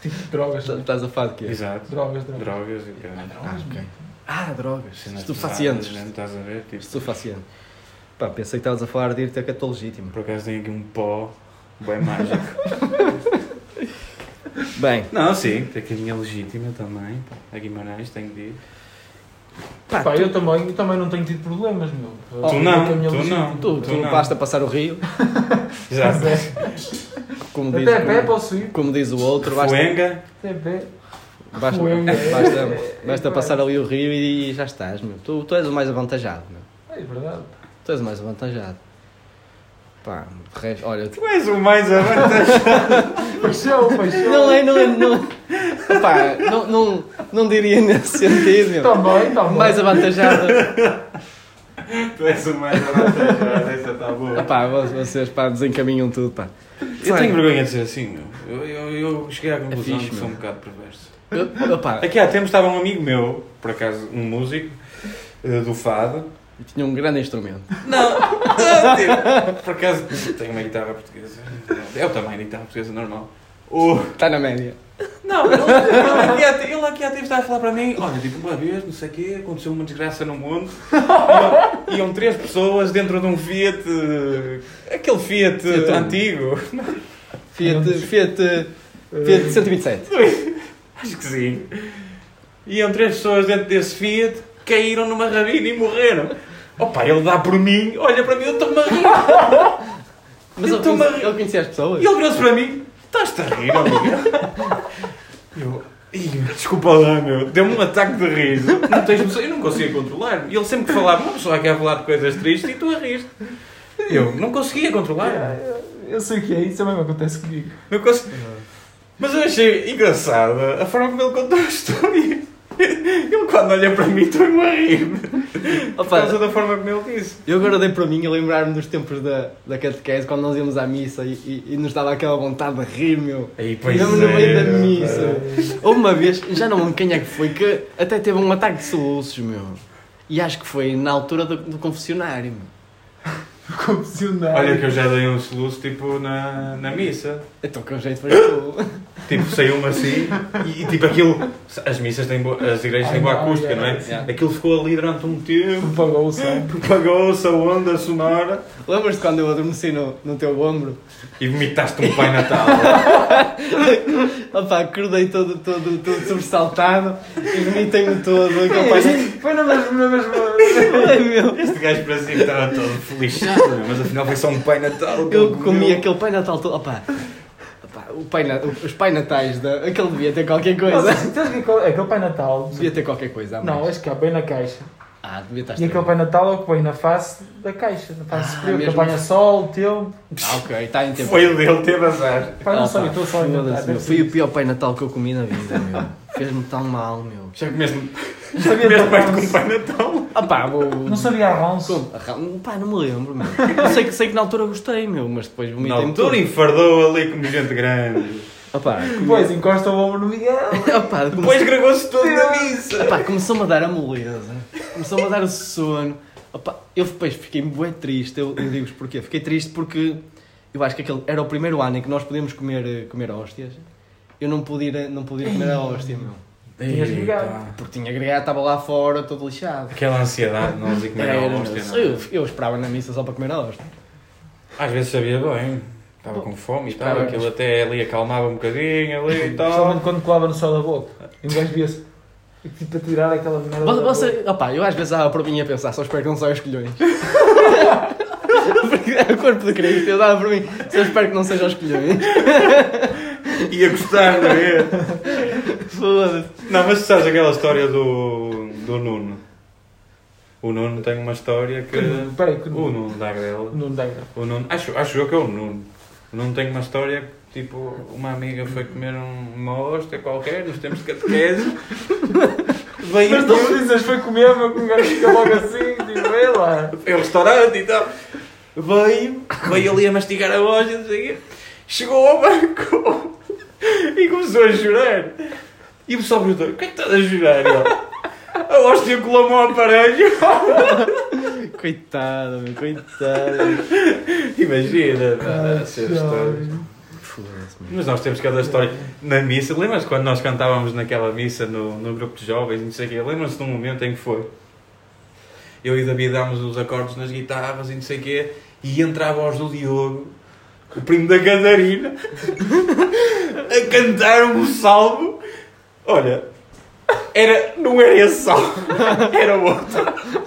[SPEAKER 3] Tipo de drogas. né?
[SPEAKER 2] Estás a falar de quê?
[SPEAKER 1] Exato.
[SPEAKER 3] Drogas, drogas.
[SPEAKER 1] Drogas e caralho.
[SPEAKER 2] Ah, ok. Ah, drogas.
[SPEAKER 1] Cenas
[SPEAKER 2] Estupefacientes.
[SPEAKER 1] pesadas, né? Estás a ver? Tipo,
[SPEAKER 2] Estupefaciente. Pá, pensei que estavas a falar de ir ter catou legítimo.
[SPEAKER 1] por acaso tem aqui um pó bem mágico.
[SPEAKER 2] Bem,
[SPEAKER 1] não, sim, tem aqui a minha legítima também. A Guimarães, tenho de ir.
[SPEAKER 2] pá,
[SPEAKER 3] Pá,
[SPEAKER 2] tu,
[SPEAKER 3] eu também, eu também não tenho tido problemas, meu.
[SPEAKER 1] tu
[SPEAKER 3] Eu
[SPEAKER 1] não,
[SPEAKER 3] tenho a minha
[SPEAKER 1] tu
[SPEAKER 3] legítima.
[SPEAKER 1] não.
[SPEAKER 2] tu,
[SPEAKER 1] tu
[SPEAKER 2] tu
[SPEAKER 1] não.
[SPEAKER 2] basta passar o rio,
[SPEAKER 1] Exato.
[SPEAKER 2] como diz,
[SPEAKER 3] é. Até a pé
[SPEAKER 2] como,
[SPEAKER 3] posso ir.
[SPEAKER 2] como diz o outro, basta,
[SPEAKER 1] Fuenga,
[SPEAKER 3] Até a pé.
[SPEAKER 2] basta,
[SPEAKER 3] Fuenga.
[SPEAKER 2] basta, basta passar ali o rio e já estás, meu. Tu, tu és o mais avantajado, meu.
[SPEAKER 3] É verdade.
[SPEAKER 2] Tu és o mais avantajado. Pá, de resto, olha,
[SPEAKER 1] tu és o mais avantajado.
[SPEAKER 3] Paixão, paixão.
[SPEAKER 2] Não é, não é, não é. Opá, não, não, não diria nesse sentido, meu.
[SPEAKER 3] Também, também.
[SPEAKER 2] Mais avantajada.
[SPEAKER 1] Tu és o mais avantajado, essa está boa.
[SPEAKER 2] Opá, vo- vocês pá, desencaminham tudo, pá.
[SPEAKER 1] Eu tenho vergonha de ser assim, meu. Eu, eu, eu cheguei à conclusão
[SPEAKER 2] fixe,
[SPEAKER 1] que sou um
[SPEAKER 2] meu.
[SPEAKER 1] bocado perverso.
[SPEAKER 2] Eu- opá,
[SPEAKER 1] Aqui há tempos estava um amigo meu, por acaso um músico, eh, do Fado.
[SPEAKER 2] eu tinha um grande instrumento.
[SPEAKER 1] Não, não, tipo, por acaso tenho uma guitarra portuguesa. Eu também, guitarra portuguesa normal. O...
[SPEAKER 2] Está na média.
[SPEAKER 1] Não, ele, ele aqui há te- ele aqui há tempo estava a falar para mim, olha, tipo, uma vez, não sei o quê, aconteceu uma desgraça no mundo, iam, iam três pessoas dentro de um Fiat, eh, aquele Fiat,
[SPEAKER 2] Fiat Uno.
[SPEAKER 1] antigo,
[SPEAKER 2] Fiat, Fiat, Fiat 127.
[SPEAKER 1] acho que sim, iam três pessoas dentro desse Fiat, caíram numa rabina e morreram. Opa, ele dá por mim, olha para mim, eu estou-me a rir.
[SPEAKER 2] Mas ele
[SPEAKER 1] Então,
[SPEAKER 2] conhecia,
[SPEAKER 1] mas-
[SPEAKER 2] ele conhecia as pessoas.
[SPEAKER 1] E ele virou-se para mim, estás-te a rir, amigo? Eu, "Ih, desculpa lá, meu, deu-me um ataque de riso. Não tens noção, eu não conseguia controlar. E ele sempre que falava, uma pessoa quer falar de coisas tristes e tu a rir Eu não conseguia controlar.
[SPEAKER 3] Eu sei o que é, isso também me acontece comigo.
[SPEAKER 1] Não cons- Mas eu achei engraçada a forma como ele contou a história. Ele quando olha para mim estou-me a rir. Por
[SPEAKER 2] Opa,
[SPEAKER 1] causa da forma como ele disse.
[SPEAKER 2] Oh, Eu agora dei para mim a lembrar-me dos tempos da, da catequese, quando nós íamos à missa e, e- e nos dava aquela vontade de rir, meu.
[SPEAKER 1] Aí, é,
[SPEAKER 2] Mesmo no meio da missa. Houve uma vez, já não lembro quem é que foi, que até teve um ataque de soluços, meu. E acho que foi na altura do, do confessionário, meu.
[SPEAKER 3] Confessionário.
[SPEAKER 1] Olha que eu já dei um soluço tipo na, na missa.
[SPEAKER 2] Então que jeito foi tu.
[SPEAKER 1] Tipo, saiu-me assim e, e, tipo aquilo. As missas têm boa, as igrejas têm boa
[SPEAKER 3] Ah,
[SPEAKER 1] acústica, não é?
[SPEAKER 2] yeah.
[SPEAKER 1] Aquilo ficou ali durante um tempo,
[SPEAKER 3] Propagou o som.
[SPEAKER 1] propagou-se a onda sonora
[SPEAKER 2] Lembras-te quando eu adormeci no, no teu ombro?
[SPEAKER 1] e vomitaste um Pai Natal.
[SPEAKER 2] Opa, acordei todo, todo, todo sobressaltado e vomitei-me todo. E,
[SPEAKER 3] Foi,
[SPEAKER 2] capaz-
[SPEAKER 3] foi na mesma. Na mesma...
[SPEAKER 2] Ai, meu.
[SPEAKER 1] Este gajo para si estava todo felixado, mas afinal foi só um Pai Natal. que
[SPEAKER 2] Eu
[SPEAKER 1] ele
[SPEAKER 2] comi
[SPEAKER 1] comeu.
[SPEAKER 2] aquele Pai Natal todo. Opa, opa, o pai Natal, os Pai Natais, da, aquele devia ter qualquer coisa.
[SPEAKER 3] Nossa, tens de ver qual- aquele Pai Natal.
[SPEAKER 2] Devia ter qualquer coisa. a mais.
[SPEAKER 3] Não, acho que há bem na caixa.
[SPEAKER 2] Ah, devia estar
[SPEAKER 3] E aquele
[SPEAKER 2] estranho.
[SPEAKER 3] Pai Natal é o que põe na face da caixa, na
[SPEAKER 2] Ah,
[SPEAKER 3] face superior, que
[SPEAKER 2] mesmo.
[SPEAKER 3] apanha sol, tempo.
[SPEAKER 2] Ah, ok, está em tempo.
[SPEAKER 1] Foi o dele, teve azar.
[SPEAKER 3] Pai, não
[SPEAKER 2] Opa,
[SPEAKER 3] sei, eu estou só a
[SPEAKER 2] Ah, foda-se,
[SPEAKER 3] inventar.
[SPEAKER 2] meu.
[SPEAKER 3] deve ser
[SPEAKER 2] Foi o
[SPEAKER 3] isso.
[SPEAKER 2] pior Pai Natal que eu comi na vida, meu. Fez-me tão mal, meu.
[SPEAKER 1] Já comeste
[SPEAKER 3] Sabia
[SPEAKER 1] comeste
[SPEAKER 3] tão
[SPEAKER 1] mais do que
[SPEAKER 3] mal.
[SPEAKER 1] um Pai Natal?
[SPEAKER 2] Ah pá, vou...
[SPEAKER 3] Não sabia a ranço.
[SPEAKER 2] Como? Arra- Ah, um, Pá, não me lembro, meu. Eu sei, que- sei que na altura gostei, meu, mas depois
[SPEAKER 1] Na
[SPEAKER 2] vomitei-me
[SPEAKER 1] altura enfardou ali como gente grande.
[SPEAKER 2] Ah pá,
[SPEAKER 3] Depois encosta o ombro no Miguel.
[SPEAKER 2] ah, pá, come-
[SPEAKER 1] Depois gravou-se todo na missa.
[SPEAKER 2] ah, pá, começou-me a dar a moleza. Começou-me a dar o sono. Ah, pá, eu depois fiquei bem triste, eu, eu digo-vos porquê. Fiquei triste porque eu acho que aquele era o primeiro ano em que nós podíamos comer, eh, comer hóstias. Eu não podia, não podia comer a hóstia, meu.
[SPEAKER 3] Tinhas ligado.
[SPEAKER 1] Eita.
[SPEAKER 2] Porque tinha agregado, estava lá fora, todo lixado.
[SPEAKER 1] Aquela ansiedade de não dizer como
[SPEAKER 2] Era,
[SPEAKER 1] era a
[SPEAKER 2] era,
[SPEAKER 1] hóstia, não é?
[SPEAKER 2] eu, eu esperava na missa só para comer a hóstia.
[SPEAKER 1] Às vezes sabia bem. Estava com fome e tal.
[SPEAKER 2] Esperava.
[SPEAKER 1] Aquilo até ali acalmava um bocadinho ali e
[SPEAKER 2] Então-
[SPEAKER 1] tal.
[SPEAKER 3] Principalmente quando colava no céu da boca. E um gajo via-se. E tipo a tirar aquela merda.
[SPEAKER 2] Você,
[SPEAKER 3] da boca.
[SPEAKER 2] você, opá, eu às vezes dava para mim a pensar, só espero que não saiam os colhões. Porque é o corpo de Cristo, eu dava para mim, só espero que não sejam os colhões.
[SPEAKER 1] Ia gostar, não é?
[SPEAKER 2] Foda-se.
[SPEAKER 1] Não, mas tu sabes aquela história do, do Nuno? O Nuno tem uma história que.
[SPEAKER 3] Que- Peraí, que
[SPEAKER 2] Uh,
[SPEAKER 1] O Nuno da Agrela.
[SPEAKER 3] não dá. graça.
[SPEAKER 1] O Nuno, acho, acho eu que é o Nuno. O Nuno tem uma história que. Tipo, uma amiga foi comer um- uma hóstia qualquer, nos tempos de catequese. Vem
[SPEAKER 3] Mas
[SPEAKER 1] aqui-
[SPEAKER 3] tu dizes, foi comer, mas que um gajo fica logo assim, tipo, vê lá.
[SPEAKER 1] É o restaurante e tal. Veio, veio ali a mastigar a voz e não sei o quê. Chegou ao banco e começou a chorar. E o pessoal perguntou, o que é que estás a chorar? E ele, a hóstia colou-me ao aparelho.
[SPEAKER 2] Coitado, meu, coitado.
[SPEAKER 1] Imagina, pá,
[SPEAKER 3] Ai,
[SPEAKER 1] a ser história.
[SPEAKER 2] Foda-se, meu.
[SPEAKER 1] Mas nós temos cada história na missa. Lembras-te quando nós cantávamos naquela missa no, no grupo de jovens e não sei o quê? Lembras-te de um momento em que foi? Eu e o David dámos os acordes nas guitarras e não sei o quê e entra a voz do Diogo, o primo da Catarina, a cantar um salmo. Olha, era, não era esse salmo, era o outro.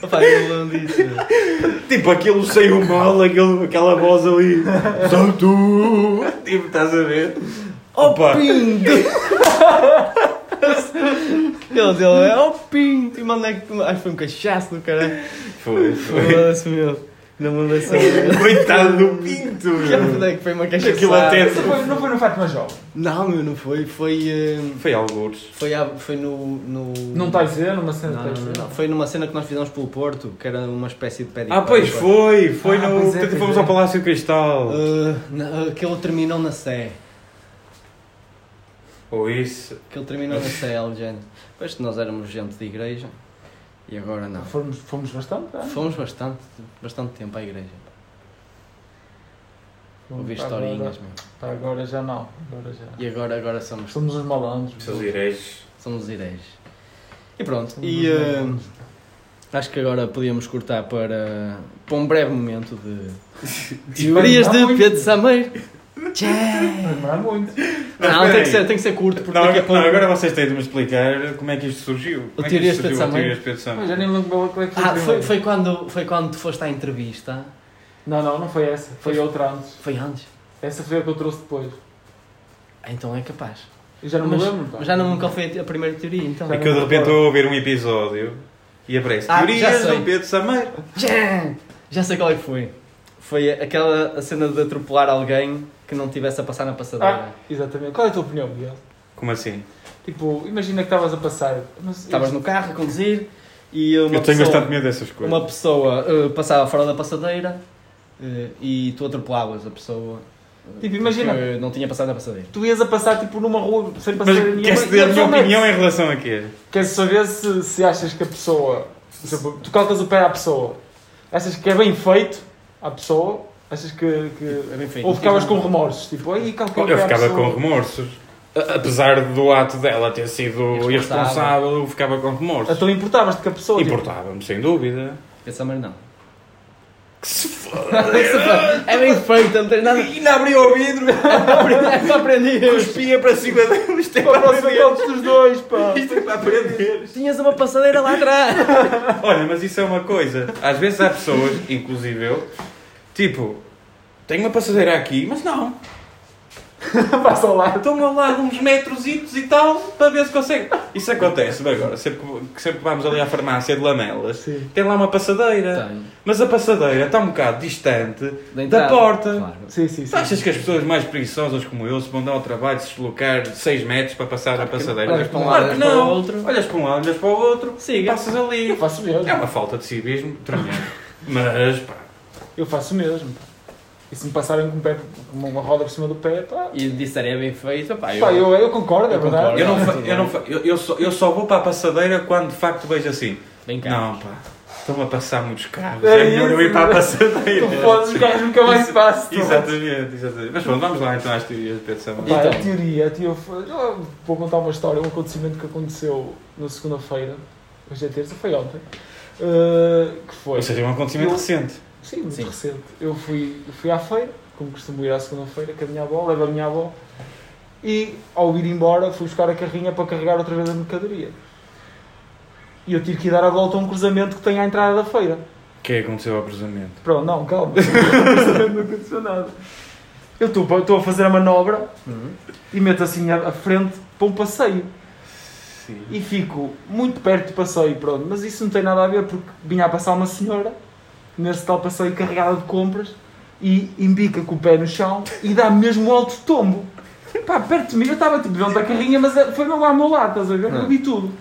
[SPEAKER 2] Opá, eu não lembro disso. meu.
[SPEAKER 1] Tipo, aquilo saiu mal, aquele, aquela voz ali. Só tu! Tipo, estás a ver? Opa!
[SPEAKER 2] Pinto! Ele deu, é o pinto! E manda, acho que foi um cachaço do caralho.
[SPEAKER 1] Foi, foi.
[SPEAKER 2] Foda-se, meu. Não me lembro assim.
[SPEAKER 1] Coitado do Pinto!
[SPEAKER 2] Que merda é que foi uma caixa
[SPEAKER 1] Aquilo
[SPEAKER 2] assada?
[SPEAKER 1] até-
[SPEAKER 3] Isso foi- não foi no Fátima Jovem.
[SPEAKER 2] Não, meu, não foi. Foi. eh,
[SPEAKER 1] Foi algures.
[SPEAKER 2] Foi, à- foi no, no.
[SPEAKER 3] Não tá está a dizer, numa
[SPEAKER 2] Não, não,
[SPEAKER 3] cena
[SPEAKER 2] não, não. Foi numa cena que nós fizemos pelo Porto, que era uma espécie de pé de
[SPEAKER 1] Ah, pois
[SPEAKER 2] Páscoa.
[SPEAKER 1] foi! Foi
[SPEAKER 3] Ah,
[SPEAKER 1] no.
[SPEAKER 3] pois é, pois
[SPEAKER 1] fomos
[SPEAKER 3] é. Ah.
[SPEAKER 1] ao Palácio Cristal.
[SPEAKER 2] Eh, na- aquele terminou na Sé.
[SPEAKER 1] Ou isso.
[SPEAKER 2] Aquele terminou na Sé, Alejandro. Pois nós éramos gente de igreja e agora não.
[SPEAKER 3] Fomos, fomos bastante, é?
[SPEAKER 2] Fomos bastante, bastante tempo à igreja. Ouvir
[SPEAKER 3] tá Agora-
[SPEAKER 2] historinhas, meu.
[SPEAKER 3] Pá, agora já não. Agora já.
[SPEAKER 2] E agora, agora somos,
[SPEAKER 3] Somos uns malandros.
[SPEAKER 1] Seus hereges.
[SPEAKER 2] somos hereges. E pronto,
[SPEAKER 3] Somos
[SPEAKER 2] e
[SPEAKER 3] uns
[SPEAKER 2] eh,
[SPEAKER 3] malandros.
[SPEAKER 2] acho que agora podíamos cortar para, para um breve momento de
[SPEAKER 3] para
[SPEAKER 2] teorias
[SPEAKER 3] não
[SPEAKER 2] de
[SPEAKER 3] muito.
[SPEAKER 2] Pedro Sameiro. Tchau.
[SPEAKER 3] Não demora muito.
[SPEAKER 2] Não,
[SPEAKER 1] espera
[SPEAKER 2] tem
[SPEAKER 1] aí.
[SPEAKER 2] que, ser, tem que ser curto, porque
[SPEAKER 1] Não,
[SPEAKER 2] daqui a pouco...
[SPEAKER 1] não, agora vocês têm de me explicar como é que isto surgiu. Como é que
[SPEAKER 2] teorias
[SPEAKER 1] isto
[SPEAKER 2] de
[SPEAKER 1] surgiu, a
[SPEAKER 2] pensamento.
[SPEAKER 1] teorias de pensamento?
[SPEAKER 3] Mas já nem me lembro qual é que foi. o
[SPEAKER 2] Ah, foi,
[SPEAKER 3] primeiro.
[SPEAKER 2] foi, quando, foi quando tu foste à entrevista.
[SPEAKER 3] Não, não, não foi essa. Foi
[SPEAKER 2] Foi-
[SPEAKER 3] outra antes.
[SPEAKER 2] Foi antes.
[SPEAKER 3] Essa foi a que eu trouxe depois.
[SPEAKER 2] Ah, então é capaz.
[SPEAKER 3] Eu já não
[SPEAKER 2] Mas-
[SPEAKER 3] me lembro. pá.
[SPEAKER 2] Mas já não me qual foi a- a primeira teoria, então.
[SPEAKER 1] É que eu de repente estou a ouvir um episódio e aparece
[SPEAKER 2] Ah, já
[SPEAKER 1] teorias
[SPEAKER 2] sei.
[SPEAKER 1] do Pedro Sameiro.
[SPEAKER 2] Já, já sei qual é que foi. Foi aquela a cena de atropelar alguém que não estivesse a passar na
[SPEAKER 1] Ah.
[SPEAKER 2] passadeira.
[SPEAKER 3] Exatamente. Qual é a tua opinião, Miguel?
[SPEAKER 1] Como assim?
[SPEAKER 3] Tipo, imagina que estavas a passar. mas-
[SPEAKER 2] Estavas no carro a conduzir e uma
[SPEAKER 1] eu tenho
[SPEAKER 2] pessoa,
[SPEAKER 1] bastante medo dessas coisas.
[SPEAKER 2] uma pessoa eh, passava fora da passadeira eh, e tu atropelavas a pessoa. eh,
[SPEAKER 3] Tipo, imagina-
[SPEAKER 2] porque não tinha passado na passadeira.
[SPEAKER 3] Tu ias a passar tipo numa rua sem passar
[SPEAKER 1] Mas quer
[SPEAKER 3] e
[SPEAKER 1] saber a
[SPEAKER 3] a
[SPEAKER 1] minha
[SPEAKER 3] pessoa
[SPEAKER 1] opinião
[SPEAKER 3] mete-se.
[SPEAKER 1] em relação a quê?
[SPEAKER 3] Queres saber se, se achas que a pessoa. por exemplo, tu calcas o pé à pessoa. Achas que é bem feito à pessoa? Achas que. que-
[SPEAKER 2] É bem feito.
[SPEAKER 3] Ou ficavas
[SPEAKER 2] Não
[SPEAKER 3] com
[SPEAKER 2] fiz nada.
[SPEAKER 3] remorsos? Tipo, aí calquei o pé
[SPEAKER 1] Eu
[SPEAKER 3] à
[SPEAKER 1] ficava
[SPEAKER 3] pessoa.
[SPEAKER 1] com remorsos. A- Apesar do ato dela ter sido
[SPEAKER 2] Irresponsável.
[SPEAKER 1] irresponsável, eu ficava com remorsos.
[SPEAKER 3] Então importavas-te que a pessoa. tipo,
[SPEAKER 1] Importava-me, sem dúvida.
[SPEAKER 2] Pensa, mas não.
[SPEAKER 1] Que se
[SPEAKER 2] É bem feito, não tens nada.
[SPEAKER 1] Ainda abriu o vidro,
[SPEAKER 2] É só aprendiz.
[SPEAKER 1] cuspia para cima dele. Isto é
[SPEAKER 3] Para a
[SPEAKER 1] para
[SPEAKER 3] próxima
[SPEAKER 1] aprender.
[SPEAKER 3] calças dos dois, pá!
[SPEAKER 1] Isto é para aprender.
[SPEAKER 2] Tinhas uma passadeira lá atrás.
[SPEAKER 1] Olha, mas isso é uma coisa. Às vezes há pessoas, inclusive eu, tipo, tenho uma passadeira aqui, mas não.
[SPEAKER 3] Passa ao lado.
[SPEAKER 1] Estão ao lado uns metrositos e tal, para ver se consegue. Isso acontece agora, sempre que- que sempre vamos ali à farmácia de lamelas,
[SPEAKER 3] Sim.
[SPEAKER 1] tem lá uma passadeira. Mas a passadeira está um bocado distante da
[SPEAKER 2] entrada,
[SPEAKER 1] porta.
[SPEAKER 2] Claro.
[SPEAKER 3] Sim, sim,
[SPEAKER 1] Tu achas que as pessoas mais preguiçosas como eu se vão dar ao trabalho de se deslocar 6 metros para passar a passadeira?
[SPEAKER 2] Olhas para um
[SPEAKER 1] Claro
[SPEAKER 2] lado,
[SPEAKER 1] que
[SPEAKER 2] olhas para o
[SPEAKER 1] não.
[SPEAKER 2] outro.
[SPEAKER 1] Olhas para um lado, olhas para o outro,
[SPEAKER 2] Siga.
[SPEAKER 1] passas ali.
[SPEAKER 3] Eu faço o mesmo.
[SPEAKER 1] É uma falta de civismo tremendo. Mas, pá,
[SPEAKER 3] Eu faço o mesmo. E se me passarem com um pé, com uma roda por cima do pé, pá.
[SPEAKER 2] E disserem é bem feito, pá, eu...
[SPEAKER 3] Pá, eu, eu concordo, é
[SPEAKER 2] Eu
[SPEAKER 1] Ah,
[SPEAKER 2] concordo.
[SPEAKER 3] verdade.
[SPEAKER 1] eu não, fa-
[SPEAKER 2] tudo
[SPEAKER 1] eu, não fa- eu, eu só, eu só vou para a passadeira quando de facto vejo assim.
[SPEAKER 2] Vem cá.
[SPEAKER 1] Não, pá, estão a passar muitos carros.
[SPEAKER 3] É
[SPEAKER 1] É, melhor eu
[SPEAKER 3] isso.
[SPEAKER 1] ir para a
[SPEAKER 3] Tu
[SPEAKER 1] passadeira.
[SPEAKER 3] fodes os carros nunca mais
[SPEAKER 1] Isso- é
[SPEAKER 3] passo.
[SPEAKER 1] exatamente, exatamente. Mas pronto, vamos lá então às teorias de Pedro
[SPEAKER 3] Pá,
[SPEAKER 1] Samuel.
[SPEAKER 2] Então.
[SPEAKER 3] a teoria, a teoria foi- eu vou contar uma história, um acontecimento que aconteceu na segunda-feira, hoje é terça, foi ontem, eh, que foi,
[SPEAKER 1] Ou seja, é um acontecimento
[SPEAKER 3] Eu-
[SPEAKER 1] recente.
[SPEAKER 3] sim, muito
[SPEAKER 2] Sim.
[SPEAKER 3] recente, eu fui, fui à feira, como costumo ir à segunda-feira, com a minha avó, levo a minha avó, e ao ir embora fui buscar a carrinha para carregar outra vez a mercadoria. E eu tive que ir dar a volta a um cruzamento que tem à entrada da feira.
[SPEAKER 1] O que é que aconteceu ao cruzamento?
[SPEAKER 3] Pronto, não, calma, não aconteceu nada. Eu estou pa- estou a fazer a manobra
[SPEAKER 2] Uhum.
[SPEAKER 3] e meto assim à à frente para um passeio.
[SPEAKER 1] Sim.
[SPEAKER 3] e fico muito perto do passeio, pronto. Mas isso não tem nada a ver porque vinha a passar uma senhora nesse tal passeio carregada de compras e embica com o pé no chão e dá mesmo um alto tombo. Pá, perto de mim, eu estava tipo dentro da carrinha, mas eh, foi mesmo lá ao meu lado, estás a ver? Eu vi tudo.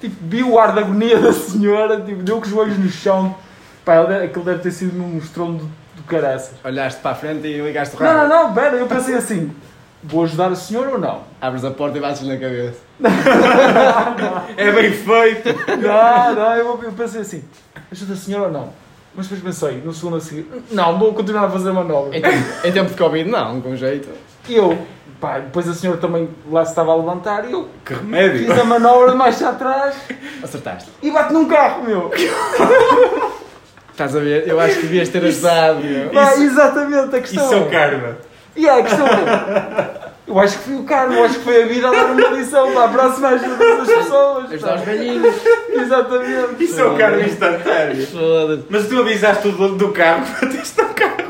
[SPEAKER 3] Tipo, vi o ar da agonia da senhora, tipo, deu com os joelhos no chão. Pá, ele de- aquilo deve ter sido um estrondo do caraças.
[SPEAKER 2] Olhaste para a frente e ligaste o
[SPEAKER 3] Não,
[SPEAKER 2] rádio.
[SPEAKER 3] não, não, pera, eu pensei assim, vou ajudar a senhora ou não?
[SPEAKER 2] Abres a porta e bates na cabeça.
[SPEAKER 1] É bem feito!
[SPEAKER 3] Não, não, eu, eu pensei assim, ajuda a senhora ou não? Mas depois pensei, no segundo a seguir, não, vou continuar a fazer a manobra.
[SPEAKER 2] Em É tempo, em tempo de Covid, não, com jeito.
[SPEAKER 3] E eu, pá, depois a senhora também lá se estava a levantar e eu
[SPEAKER 1] Que
[SPEAKER 3] fiz
[SPEAKER 1] remédio!
[SPEAKER 3] a manobra de mais atrás
[SPEAKER 2] Acertaste.
[SPEAKER 3] e bate num carro, meu.
[SPEAKER 2] Estás a ver? Eu acho que devias ter ajudado, meu.
[SPEAKER 3] Pá, exatamente, a questão.
[SPEAKER 1] Isso é o karma!
[SPEAKER 3] E é a questão. é, Eu acho que fui o carro, eu acho que foi a vida a dar uma lição, pá, a próxima ajuda as pessoas.
[SPEAKER 2] Ajudar os
[SPEAKER 3] pá.
[SPEAKER 2] velhinhos.
[SPEAKER 3] Exatamente.
[SPEAKER 1] Isso é o karma instantâneo!
[SPEAKER 2] Foda-se.
[SPEAKER 1] Mas tu avisaste o dono do carro para testar o carro!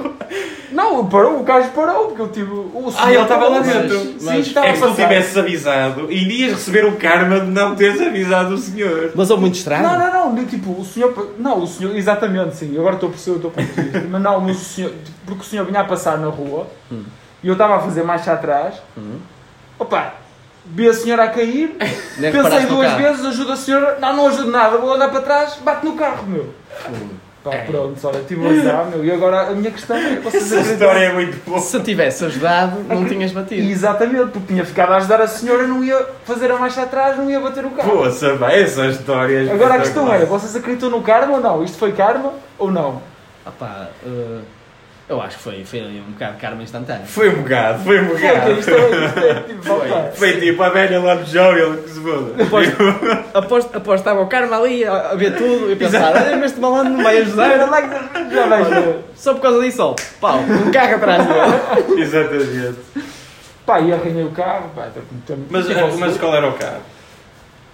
[SPEAKER 3] Não, Não, parou, o gajo parou, porque eu tive o
[SPEAKER 1] Ah, ele estava lá
[SPEAKER 3] Mas-
[SPEAKER 1] dentro.
[SPEAKER 3] Sim,
[SPEAKER 5] Mas-
[SPEAKER 3] estava
[SPEAKER 1] É que se
[SPEAKER 3] a
[SPEAKER 1] tu
[SPEAKER 3] passar.
[SPEAKER 1] tivesses avisado, irias receber o karma de não teres avisado o senhor.
[SPEAKER 5] Mas houve muito estrago.
[SPEAKER 3] Não, não, não, de- tipo, o senhor. Não, o senhor, exatamente, sim, eu agora estou a perceber, eu estou a perceber. Mas não, mas o senhor. Porque o senhor vinha a passar na rua
[SPEAKER 1] Hum.
[SPEAKER 3] e eu estava a fazer marcha atrás. Opa, vi a senhora a cair,
[SPEAKER 1] É
[SPEAKER 5] Nem
[SPEAKER 3] pensei
[SPEAKER 5] reparaste no
[SPEAKER 3] duas
[SPEAKER 5] carro.
[SPEAKER 3] vezes, ajudo a senhora, não, não ajudo nada, vou andar para trás, bate no carro, meu. Pá, pronto, olha, tive um azar, meu, e agora a minha questão é vocês
[SPEAKER 1] É. Essa
[SPEAKER 3] acreditam-
[SPEAKER 1] história é muito boa.
[SPEAKER 2] Se tivesse ajudado, não tinhas
[SPEAKER 3] E
[SPEAKER 2] batido.
[SPEAKER 3] Exatamente, porque tinha ficado a ajudar a senhora, não ia fazer a marcha atrás, não ia bater no carro.
[SPEAKER 1] Poça, pá, essas histórias.
[SPEAKER 3] Agora a questão é, vocês acreditam no karma ou não? Isto foi karma ou não?
[SPEAKER 2] Ah pá, eh, eu acho que foi, foi ali um bocado de karma instantâneo.
[SPEAKER 1] Foi um bocado, foi um
[SPEAKER 3] Ok,
[SPEAKER 1] bocado.
[SPEAKER 3] isto é, isto é tipo,
[SPEAKER 2] Foi.
[SPEAKER 3] opa.
[SPEAKER 1] Foi tipo a velha lá no jogo, ele que se foda.
[SPEAKER 2] Aposto, aposto, aposto estava o karma ali a, a ver tudo e a pensar, olha, mas este malandro não vai
[SPEAKER 3] Era
[SPEAKER 2] ajudar.
[SPEAKER 3] lá que já vais ver.
[SPEAKER 2] Só por causa disso, ó, pau, um carro atrás dele.
[SPEAKER 1] Exatamente.
[SPEAKER 3] Pá, e arranhei o carro, pá, estou com tempo.
[SPEAKER 1] Mas, ah,
[SPEAKER 3] Tipo, assim,
[SPEAKER 1] mas qual era o carro?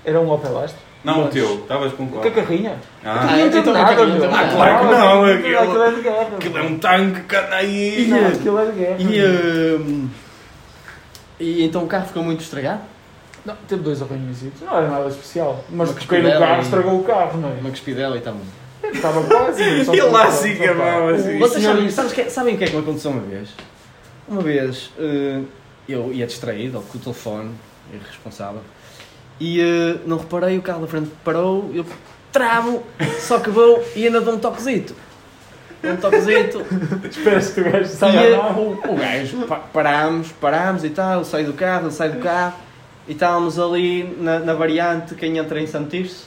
[SPEAKER 3] Era um Opel Astra.
[SPEAKER 1] Não o
[SPEAKER 2] Mas-
[SPEAKER 1] teu, estavas com
[SPEAKER 3] Que
[SPEAKER 1] qual?
[SPEAKER 3] carrinha?
[SPEAKER 1] Ah,
[SPEAKER 2] Ah, então
[SPEAKER 3] não entendo
[SPEAKER 2] a
[SPEAKER 3] nada,
[SPEAKER 2] carrinha
[SPEAKER 3] meu.
[SPEAKER 2] também.
[SPEAKER 1] Ah, claro que não,
[SPEAKER 3] aquilo, aquilo é de guerra.
[SPEAKER 1] aquilo é um tanque, canaí.
[SPEAKER 3] Não, aquilo é de guerra.
[SPEAKER 2] E, eh, e então o carro ficou muito estragado?
[SPEAKER 3] Não, teve dois arranhões, não era nada especial. Mas
[SPEAKER 2] Uma
[SPEAKER 3] toquei no
[SPEAKER 2] cuspidela
[SPEAKER 3] carro,
[SPEAKER 2] e-
[SPEAKER 3] estragou o carro, não é?
[SPEAKER 2] Uma cuspidela e tal.
[SPEAKER 3] Estava quase. mas só
[SPEAKER 1] E lá
[SPEAKER 3] tava-
[SPEAKER 1] assim
[SPEAKER 3] só
[SPEAKER 1] que a
[SPEAKER 3] tava-
[SPEAKER 1] mão assim.
[SPEAKER 2] Vocês
[SPEAKER 3] senhor-
[SPEAKER 2] sabem, sabes que- sabem o que é que me aconteceu uma vez? Uma vez eh, eu ia distraído, ou com o telefone, irresponsável, e eh, não reparei, o carro da frente parou, eu travo, só que vou e ainda dou um toquezito. Dou Um toquezito,
[SPEAKER 3] Espera-se que o gajo
[SPEAKER 2] e
[SPEAKER 3] saia é?
[SPEAKER 2] eh,
[SPEAKER 3] a mão.
[SPEAKER 2] o, o gajo, pa- parámos, parámos e tal, eu saio do carro, ele sai do carro, e estávamos ali na, na variante quem entra em Santirce,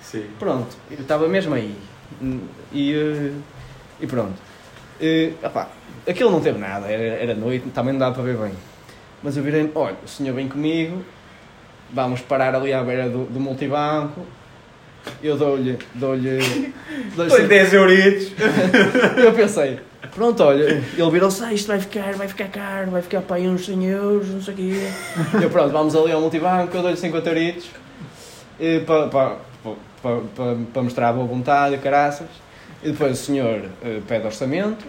[SPEAKER 1] Sim.
[SPEAKER 2] Pronto, eu estava mesmo aí. Hum, E, eh, e pronto. Eh, opá, aquilo não teve nada, era, era noite, também não dava para ver bem. Mas eu virei, olha, o senhor vem comigo, vamos parar ali à beira do, do multibanco, eu dou-lhe, dou-lhe,
[SPEAKER 1] Foi
[SPEAKER 2] dou-lhe
[SPEAKER 1] 10 euritos.
[SPEAKER 2] eu pensei, pronto, olha, ele virou-se, ah, isto vai ficar, vai ficar caro, vai ficar para aí uns 100 euros, não sei o quê. Eu, pronto, vamos ali ao multibanco, eu dou-lhe 50 euritos, eh, para, para, para, para, para mostrar a boa vontade, e caraças. E depois o senhor eh, pede orçamento,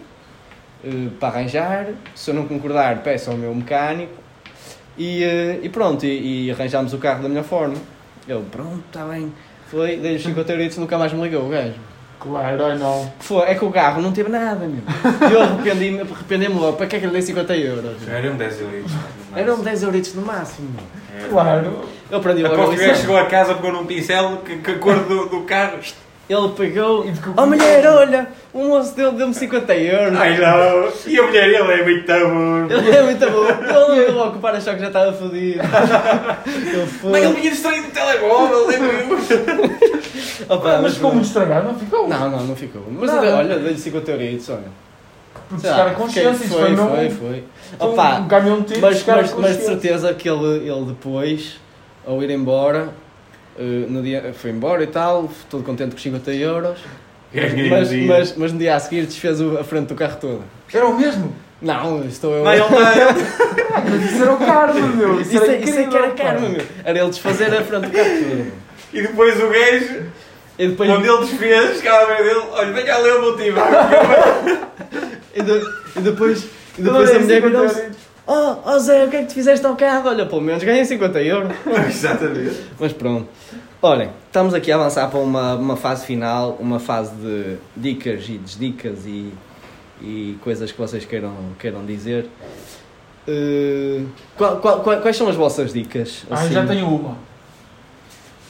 [SPEAKER 2] eh, para arranjar, se eu não concordar, peço ao meu mecânico, e, eh, e pronto, e, e arranjámos o carro da melhor forma. Ele, pronto, está bem. Falei, dei-lhe os 50 euritos, nunca mais me ligou o gajo.
[SPEAKER 3] Claro, ai não.
[SPEAKER 2] Foi, é que o carro não teve nada, meu. E eu arrependi-me arrependi logo. Para que é que lhe dei 50 euros?
[SPEAKER 1] Eram 10 euritos. é
[SPEAKER 2] Eram 10 euritos no máximo. meu.
[SPEAKER 1] Era.
[SPEAKER 3] Claro.
[SPEAKER 2] Eu aprendi logo a
[SPEAKER 1] Aposto que o gajo
[SPEAKER 2] lição.
[SPEAKER 1] chegou a casa, pegou num pincel, que, que a cor do, do carro.
[SPEAKER 2] Ele pegou...
[SPEAKER 3] E de que-
[SPEAKER 2] Oh, mulher, olha! O moço dele deu-me 50 euros.
[SPEAKER 1] Ai não! E a mulher, ele é muito bom.
[SPEAKER 2] Ele é muito bom. Ele não logo o para-choque já estava fodido. Ele
[SPEAKER 1] Mas ele
[SPEAKER 2] foi...
[SPEAKER 1] vinha distraído do telemóvel, é lembro-me.
[SPEAKER 2] Opa,
[SPEAKER 3] Mas ficou muito estragado, não ficou?
[SPEAKER 2] Não, não, não ficou. Mas
[SPEAKER 3] Nada.
[SPEAKER 2] olha, olha, dei-lhe 50 euritos, olha.
[SPEAKER 3] Porque
[SPEAKER 2] Sei lá,
[SPEAKER 3] chegar a consciência,
[SPEAKER 2] fiquei-
[SPEAKER 3] isto
[SPEAKER 2] foi,
[SPEAKER 3] foi
[SPEAKER 2] foi,
[SPEAKER 3] mesmo
[SPEAKER 2] foi.
[SPEAKER 3] um-
[SPEAKER 2] Opa,
[SPEAKER 3] um caminhão de tiro,
[SPEAKER 2] mas,
[SPEAKER 3] chegar a
[SPEAKER 2] mas, mas de
[SPEAKER 3] consciência.
[SPEAKER 2] certeza que ele, ele depois, ao ir embora, eh, no dia, foi embora e tal, todo contente com os 50 euros,
[SPEAKER 1] É
[SPEAKER 2] mas, mas, mas no dia a seguir desfez o- a frente do carro toda.
[SPEAKER 3] Era o mesmo?
[SPEAKER 2] Não, estou eu.
[SPEAKER 1] Mas ele está.
[SPEAKER 3] Mas isso era o karma, meu. Isso,
[SPEAKER 2] isso,
[SPEAKER 3] era
[SPEAKER 2] é- isso é que
[SPEAKER 3] incrível,
[SPEAKER 2] era karma, meu. Era ele desfazer a frente do carro toda.
[SPEAKER 1] E depois o gajo,
[SPEAKER 2] E depois,
[SPEAKER 1] quando ele desfez, chegava a ver dele, olha, venha ali o motivo.
[SPEAKER 2] e, de- e depois, e
[SPEAKER 3] pá.
[SPEAKER 2] depois a mulher
[SPEAKER 3] Adorei esse
[SPEAKER 2] virou-se:
[SPEAKER 3] comentário.
[SPEAKER 2] Oh, oh Zé, o que é que tu fizeste ao carro? Olha, pelo menos ganhei 50 euros.
[SPEAKER 1] Exatamente.
[SPEAKER 2] Mas pronto. Olhem, estamos aqui a avançar para uma, uma fase final, uma fase de dicas e desdicas e, e coisas que vocês queiram, queiram dizer. Eh, qual- qual- qual- quais são as vossas dicas?
[SPEAKER 3] Ah, eu
[SPEAKER 2] assim?
[SPEAKER 3] já tenho uma.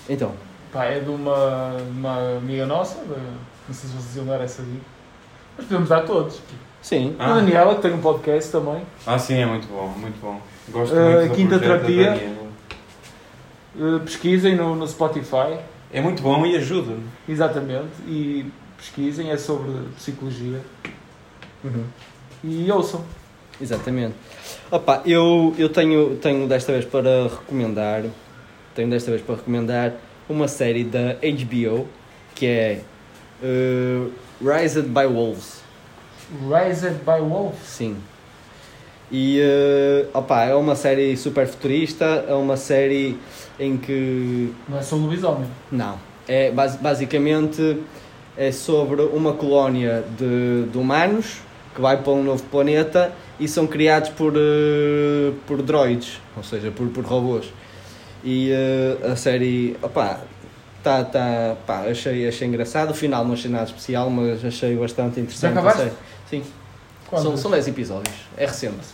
[SPEAKER 2] Então,
[SPEAKER 3] Pá, é de uma, de uma amiga nossa, de- não sei se vocês iam dar essa dica. Mas podemos dar todos.
[SPEAKER 2] sim.
[SPEAKER 1] Ah.
[SPEAKER 3] A Daniela, que tem um podcast também.
[SPEAKER 1] Ah, sim, é muito bom, muito bom. Gosto
[SPEAKER 3] Ah,
[SPEAKER 1] muito do
[SPEAKER 3] quinta
[SPEAKER 1] projeto da
[SPEAKER 3] terapia.
[SPEAKER 1] Daniela.
[SPEAKER 3] Eh, Pesquisem no, no Spotify,
[SPEAKER 1] É muito bom e ajuda-me.
[SPEAKER 3] exatamente. E pesquisem, é sobre psicologia. Uhum. E ouçam.
[SPEAKER 2] Exatamente. Opa, eu, eu tenho, tenho desta vez para recomendar, tenho desta vez para recomendar uma série da HBO que é eh, Rised by Wolves.
[SPEAKER 3] Raised by Wolves.
[SPEAKER 2] Sim. E, eh, opá, é uma série super futurista, é uma série em que...
[SPEAKER 3] Não é só o lobisomem.
[SPEAKER 2] Não. É, bas- basicamente, é sobre uma colónia de, de humanos que vai para um novo planeta e são criados por, eh, por droids, ou seja, por, por robôs. E eh, a série, opá, tá, tá, pá, achei, achei engraçado. O final não achei nada especial, mas achei bastante interessante. a
[SPEAKER 3] acabaste?
[SPEAKER 2] série. Sim. São,
[SPEAKER 3] Quantas?
[SPEAKER 2] são 10 episódios, é recente.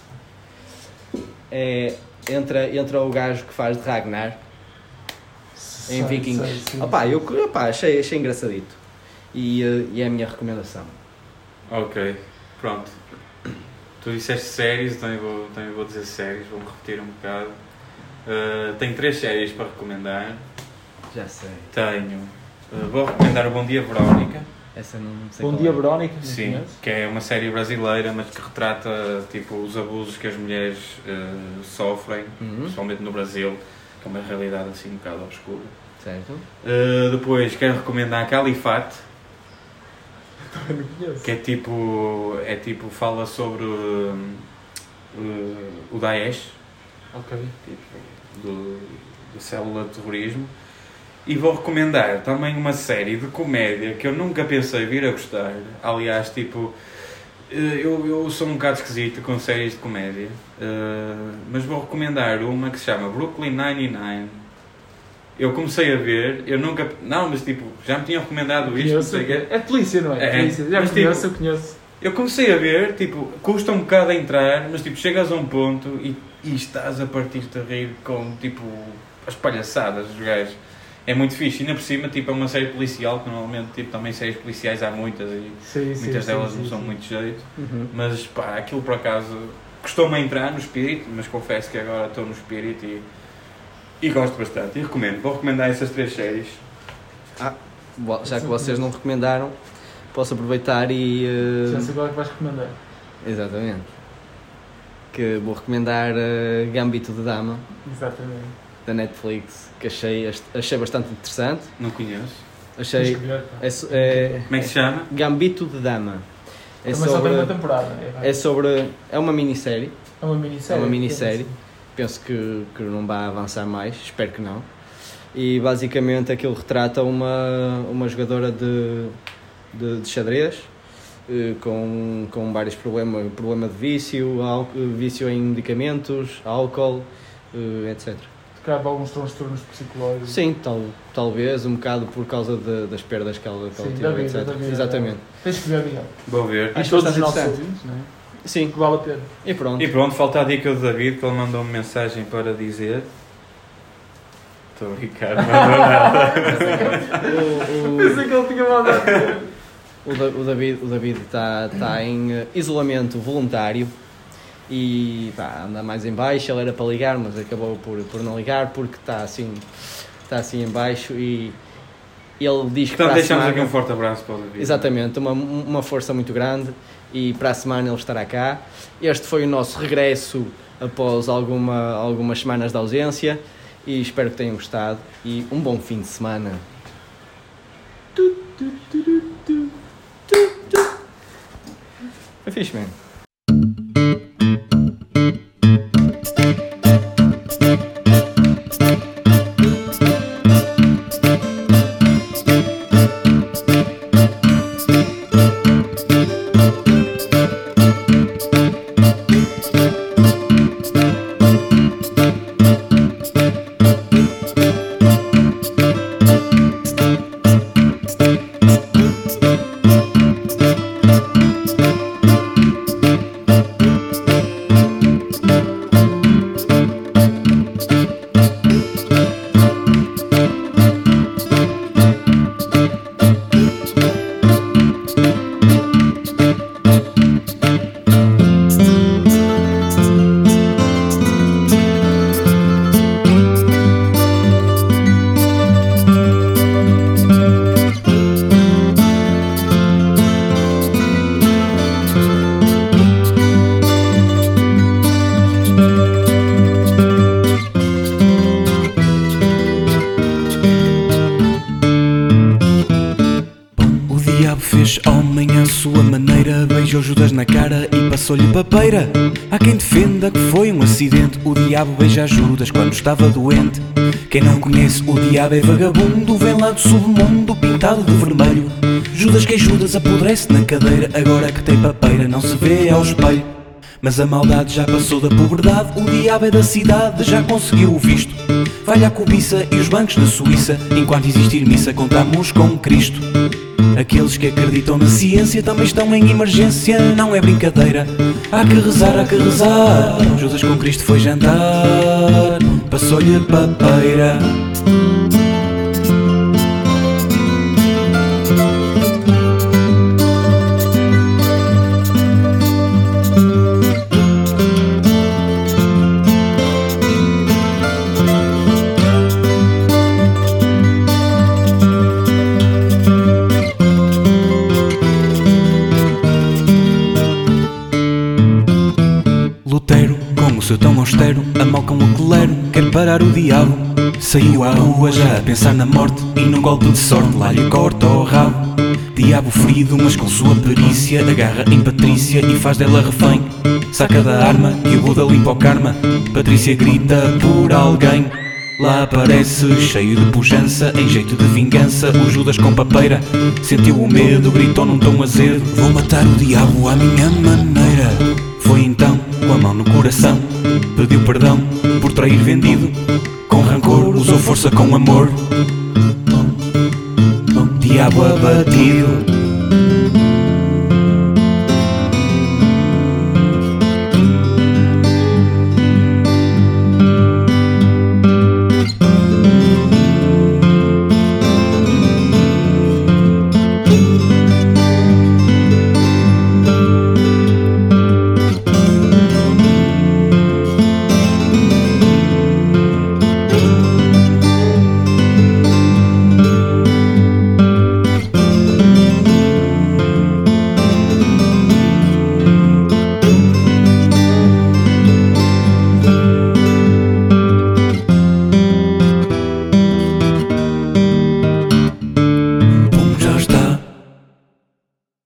[SPEAKER 2] É, entra, entra o gajo que faz de Ragnar em
[SPEAKER 4] Sei,
[SPEAKER 2] Vikings.
[SPEAKER 4] sei, sim.
[SPEAKER 2] Opá, eu opá, achei, achei engraçadito. E, eh, e é a minha recomendação.
[SPEAKER 1] Ok, pronto. Tu disseste séries, também vou, também vou dizer séries, vou-me repetir um bocado. Uh, tenho três séries para recomendar.
[SPEAKER 2] Já sei.
[SPEAKER 1] Tenho. uh, vou recomendar o Bom Dia Verónica,
[SPEAKER 2] Essa não sei
[SPEAKER 3] Bom
[SPEAKER 2] qual
[SPEAKER 3] dia,
[SPEAKER 2] é.
[SPEAKER 3] Verónica. não
[SPEAKER 1] sim,
[SPEAKER 3] conheço.
[SPEAKER 1] que é uma série brasileira, mas que retrata tipo, os abusos que as mulheres uh, sofrem,
[SPEAKER 2] Uhum,
[SPEAKER 1] principalmente no Brasil, que é uma realidade assim um bocado obscura.
[SPEAKER 2] certo.
[SPEAKER 1] Uh, depois quero recomendar Califate,
[SPEAKER 3] Não conheço.
[SPEAKER 1] que é tipo. é tipo, fala sobre hum, uh, o Daesh.
[SPEAKER 3] Ok.
[SPEAKER 1] tipo, do, do célula de terrorismo. E vou recomendar também uma série de comédia que eu nunca pensei vir a gostar. Aliás, tipo, eh, eu, eu sou um bocado esquisito com séries de comédia, eh, mas vou recomendar uma que se chama Brooklyn Nine-Nine. Eu comecei a ver, eu nunca. Não, mas tipo, já me tinham recomendado isto, não
[SPEAKER 3] Conheço.
[SPEAKER 1] sei o quê.
[SPEAKER 3] É de polícia, não é?
[SPEAKER 1] É.
[SPEAKER 3] Polícia. Já
[SPEAKER 1] Mas,
[SPEAKER 3] conheço,
[SPEAKER 1] tipo,
[SPEAKER 3] eu conheço.
[SPEAKER 1] Eu comecei a ver, tipo, custa um bocado a entrar, mas tipo, chegas a um ponto e, e estás a partir-te a rir com, tipo, as palhaçadas dos gajos. É muito fixe. E ainda por cima, tipo, é uma série policial, que normalmente, tipo, também séries policiais há muitas e
[SPEAKER 3] Sim, sim,
[SPEAKER 1] muitas
[SPEAKER 3] sim,
[SPEAKER 1] delas
[SPEAKER 3] sim,
[SPEAKER 1] não são
[SPEAKER 3] sim.
[SPEAKER 1] muito jeito.
[SPEAKER 2] Uhum.
[SPEAKER 1] Mas, pá, aquilo por acaso custou-me a entrar no espírito, mas confesso que agora estou no espírito e, e gosto bastante. E recomendo. Vou recomendar essas três séries.
[SPEAKER 2] Bo- Já que vocês não recomendaram, posso aproveitar e. eh,
[SPEAKER 3] Já sei qual é que vais recomendar.
[SPEAKER 2] Exatamente. Que vou recomendar eh, Gambito de Dama,
[SPEAKER 3] Exatamente.
[SPEAKER 2] da Netflix, que achei, ast- achei bastante interessante.
[SPEAKER 1] Não conhece?
[SPEAKER 2] Achei.
[SPEAKER 3] Tens que ver, pá.
[SPEAKER 2] É, so- é-
[SPEAKER 1] Como é que se chama?
[SPEAKER 2] Gambito de Dama. É
[SPEAKER 3] Também só tem uma
[SPEAKER 2] sobre,
[SPEAKER 3] temporada. É,
[SPEAKER 2] é sobre. É uma minissérie.
[SPEAKER 3] é assim. uma
[SPEAKER 2] é
[SPEAKER 3] minissérie.
[SPEAKER 2] uma minissérie. Penso que, que não vai avançar mais, espero que não. E basicamente aquilo retrata uma, uma jogadora de, de, de xadrez eh, com, com vários problemas, problema de vício, álcool- vício em medicamentos, álcool, eh, etc.
[SPEAKER 3] Se calhar para alguns transtornos psicológicos.
[SPEAKER 2] Sim, tal, talvez um bocado por causa de- das perdas que ela, que ela
[SPEAKER 3] Sim, da
[SPEAKER 2] teve,
[SPEAKER 3] vida,
[SPEAKER 2] etc.
[SPEAKER 3] da vida.
[SPEAKER 2] Exatamente.
[SPEAKER 3] Tens que ver, Miguel.
[SPEAKER 1] Vou ver.
[SPEAKER 2] Acho
[SPEAKER 3] E todos os
[SPEAKER 2] bastante
[SPEAKER 3] nossos
[SPEAKER 2] interessante.
[SPEAKER 3] ouvintes, não é?
[SPEAKER 2] Sim,
[SPEAKER 3] Que vale a pena.
[SPEAKER 2] e pronto.
[SPEAKER 1] E pronto, falta a dica do David, que ele mandou-me mensagem para dizer. Estou a brincar, não é mandou nada.
[SPEAKER 2] O- o-
[SPEAKER 3] Pensei que ele tinha mandado.
[SPEAKER 2] O, Da- o David o David está tá em eh, isolamento voluntário e pá, anda mais em baixo, ele era para ligar, mas acabou por, por não ligar porque está assim, tá assim em baixo e ele diz que
[SPEAKER 1] Então
[SPEAKER 2] para a
[SPEAKER 1] deixamos
[SPEAKER 2] semana-
[SPEAKER 1] aqui um forte abraço para o David.
[SPEAKER 2] Exatamente, uma, uma força muito grande e para a semana ele estará cá. Este foi o nosso regresso após alguma, algumas semanas de ausência e espero que tenham gostado e um bom fim de semana. Foi fixe, man.
[SPEAKER 6] O diabo fez homem à sua maneira, beijou Judas na cara e passou-lhe papeira. Há quem defenda que foi um acidente, o diabo beija Judas quando estava doente. Quem não conhece o diabo é vagabundo, vem lá do submundo pintado de vermelho. Judas que é Judas apodrece na cadeira, agora que tem papeira não se vê ao espelho. Mas a maldade já passou da pobreza, o diabo é da cidade, já conseguiu o visto. Vai à cobiça e os bancos na Suíça, enquanto existir missa, contamos com Cristo. Aqueles que acreditam na ciência também estão em emergência, não é brincadeira. Há que rezar, há que rezar. Judas com Cristo foi jantar, passou-lhe papeira. Lutero, com o seu tão austero, a mal com o clero, quer parar o diabo. Saiu à rua já a pensar na morte, e num golpe de sorte lá lhe corta o rabo. Diabo ferido, mas com sua perícia, agarra em Patrícia e faz dela refém. Saca da arma e o Buda limpa o karma. Patrícia grita por alguém. Lá aparece, cheio de pujança, em jeito de vingança, o Judas com papeira. Sentiu o medo, gritou num tom azedo: Vou matar o diabo à minha maneira. Foi então, com a mão no coração, pediu perdão por trair vendido. Com rancor, usou força com amor. Diabo abatido.